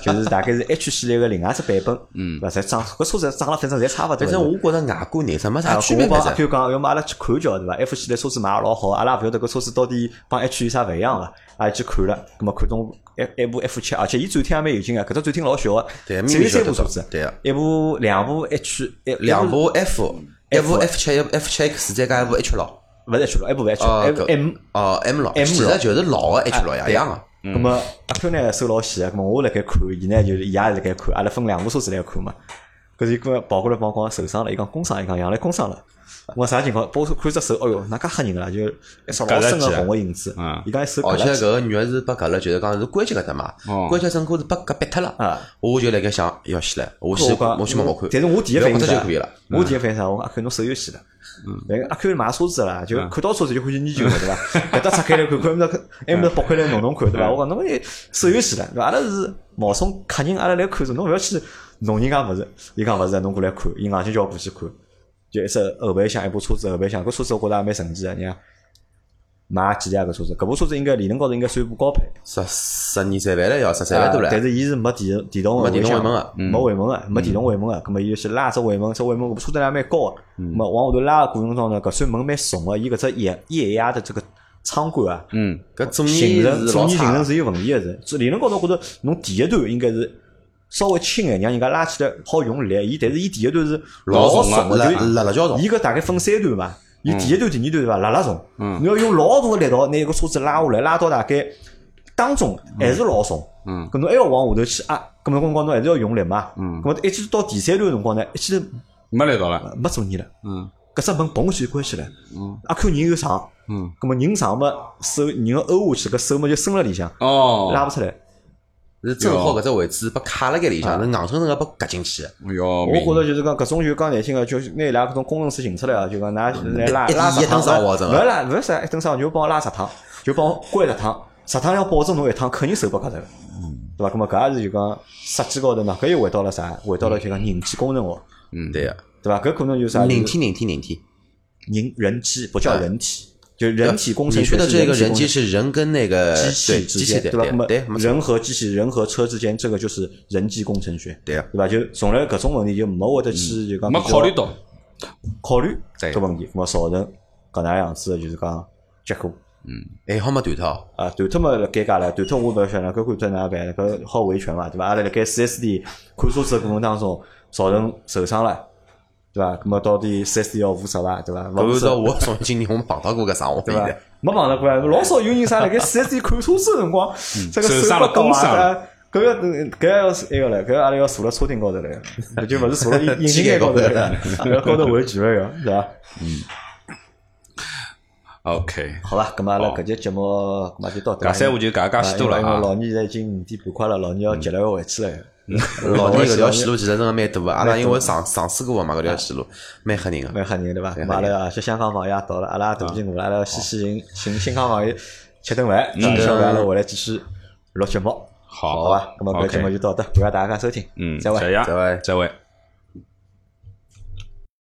A: 就是大概是 H 系列个另外只版本，嗯，对伐？侪长搿车子长了反正侪差勿多。
C: 反正我觉着外观颜色没啥
A: 啊，
C: 区
A: 我
C: 别
A: 帮
C: 反
A: 阿
C: 正
A: Q 讲，要么阿拉去看叫对伐？F 系列车子买了老好，阿拉也勿晓得搿车子到底帮 H 有啥勿一样个，阿拉去看了，葛末看中一一部 F 七，而且伊展厅也蛮有劲个，搿只展厅老小个，
C: 对，
A: 只
C: 秘密
A: 有
C: 小
A: 三
C: 得
A: 部车
C: 到
A: 子，，
C: 对个，
A: 一部、两部 H，一
C: 两
A: 一部
C: 部
A: 嗯
C: F，一部 F 七，一部 F 七 X，再加一部 H 六，
A: 勿是 H 了，一部勿是 H，
C: 哦
A: 一部
C: 搿
A: M。
C: 哦 M 六，
A: M
C: 其实
A: 六啊
C: 就是老个 H 六呀，一样个。
A: 咁么阿 Q 呢收老细啊，咁么我辣盖看，伊呢就是伊也辣盖看，阿拉分两部车子来看嘛。搿是伊跟我跑过来帮我讲受伤了，伊讲工伤，伊讲杨澜工伤了。我讲啥情况？包括看只手，哎哟，哪介吓人个啦，就一只老深个红个影子
B: 嗯。
A: 伊讲伊手
C: 而
A: 搿
C: 且
A: 了啊
C: 搿个肉是被割了，就是讲是关节搿搭嘛
B: 哦，
C: 关节整个是被割逼脱了。
A: 啊。
C: 我就辣盖想，要死了，我
A: 我
C: 先
A: 讲，
C: 我先摸摸看。
A: 但是我第一反应
C: 勿要
A: 是
C: 摸脱
A: 啥
C: 就可以了。嗯
A: 我第一反应是啥？我讲阿 Q 侬手有戏了。啊但阿 Q 买车子了啦，就
C: 嗯
A: 看到车子就欢喜研究个对伐？ 搿搭拆开来看看，埃面搭埃面
C: 嗯
A: 搭剥开来弄弄看对伐？我讲侬也手有戏了，对伐阿拉是冒充客人，阿拉来看车，侬勿要去弄人家物事。伊讲勿是，侬过来看，伊硬劲叫我过去看，就一只后备箱一部车子后备箱，搿车子我觉着也蛮神奇个，人家买几钿啊搿车子？搿部车子应该理论高头应该算一部高配，
C: 十十二三万了要，十三万多
A: 啊但
C: 了。
A: 是伊是没电电动
C: 没电动
A: 尾
C: 尾门
A: 个
C: 个，
A: 没尾门个，没
C: 嗯
A: 电动尾门个，咁么伊就去拉只尾门，只尾门搿车子量蛮高个，
C: 嗯
A: 咁么往下头拉个过程中呢，搿扇门蛮重个，伊搿只液液压的这个舱管啊，
B: 嗯，
C: 搿总
A: 形
C: 体
A: 成
C: 是
A: 总
C: 老
A: 体形
C: 差
A: 成
C: 的。
A: 是有问题个是，这理论高头觉着侬第一段应该是。稍微轻眼，让人家拉起来好用力。伊但是伊第一段是
C: 老
A: 重啊
C: 重
A: 个，
C: 了
A: 就
C: 辣辣辣
B: 哦
C: 椒重
A: 伊搿大概分三段嘛，伊
B: 嗯
A: 第一段、第二段对伐？辣辣重，侬要用老大个力道拿一个车子拉下来，拉到大概当中还是老重。
B: 嗯，
A: 搿侬还要往下头去压，搿么辰光侬还是要用力嘛。
B: 嗯
A: 搿么一记到第三段辰光呢，一记头
B: 没来到了，
A: 呃没阻尼了，
B: 嗯
A: 搿只门嘣就关起来。
B: 嗯
A: 阿 Q 啊人又长，
B: 嗯，
A: 搿么人长嘛，手人要勾下去，搿手嘛就伸辣里向，拉
B: 哦，
A: 勿出来。
C: 是正好搿只位置被卡辣盖里
A: 啊
C: 向，是硬生生个被夹进去的。
B: 哎哟，
A: 我觉着就是讲搿种就是讲难听个，就是拿伊拉搿种工程师寻出来啊，就讲㑚来拉
C: 嗯一
A: 拉
C: 一
A: 食
C: 等
A: 堂
C: 上
A: 勿
C: 我
A: 勿
C: 真的
A: 要拉勿要啥一等上，就帮我拉食堂，就帮我关食堂，食堂要保证侬一趟肯定手不夹头，
C: 嗯
A: 对伐？搿么搿也是就讲设计高头嘛，搿又回到了啥？回到了就讲人体工程学。
B: 嗯，
C: 对个，
A: 哦对伐？搿可能就是啥？
C: 人
A: 就是
C: 体人体人体。
A: 人人机不叫人体，就是人体工程
C: 你
A: 学
C: 说的
A: 是
C: 这个人
A: 工
C: 机
A: 程
C: 是人跟那个
A: 机
C: 对
A: 器之
C: 机器
A: 间，
C: 对
A: 对吧？那么
C: 对，没错
A: 人和机器、人和车之间，这个就是人机工程学，
C: 对啊
A: 对吧？就从来搿种问题就没会得
C: 嗯
A: 去就讲
B: 没
A: 比较
B: 考虑到，
A: 考虑
B: 对
A: 搿问题，咾么造成搿能样子的就是讲结果
C: 还哎好没断套，
A: 啊，断脱嘛尴尬了，断脱我勿晓得，搿看脱哪办？搿好维权嘛，对伐？阿拉辣盖四 S 店看车子的过程当中造成受伤了，对伐？搿么到底四 S 店要负责伐？对伐？勿
C: 搿
A: 负
C: 按
A: 责
C: 照我从业经验，我们碰到过搿啥，我
A: 对
C: 现
A: 伐
C: 在？
A: 没碰到过啊，老少有人啥辣盖四 S 店看车子的辰光，这个
B: 手伤了
A: 被割
B: 工伤
A: 啊，搿个搿要是埃个了，搿个阿拉要坐辣车顶高头来， 就勿是坐辣引引擎盖高头来， 要高头围裙了要，是伐？
B: OK，
A: 好吧，咁啊，阿拉
B: 好
A: 搿节节目咁啊就到搿
B: 搿
A: 啦。
B: 三胡就搿介许多了
A: 啊因为
B: 啊
A: 因为老年现在已经五点半快了，老年要急了要回去了。
C: 嗯 老年搿条线
A: 路
C: 路其实真的蛮大个，阿拉
A: 蛮
C: 因为尝尝试过嘛，搿条线路蛮吓人个。
A: 蛮吓人对伐？咁啊阿
C: 蛮吓人
A: 拉啊去香港房也到了，阿拉肚皮饿了，阿拉要先去寻寻新港房吃顿饭，吃顿饭阿拉回来继续录节目。
B: 好
A: 好吧，咁么搿节目
B: OK
A: 就到这，感谢大家收听，
B: 嗯，
A: 再会
B: 这。样
C: 再会
B: 再会。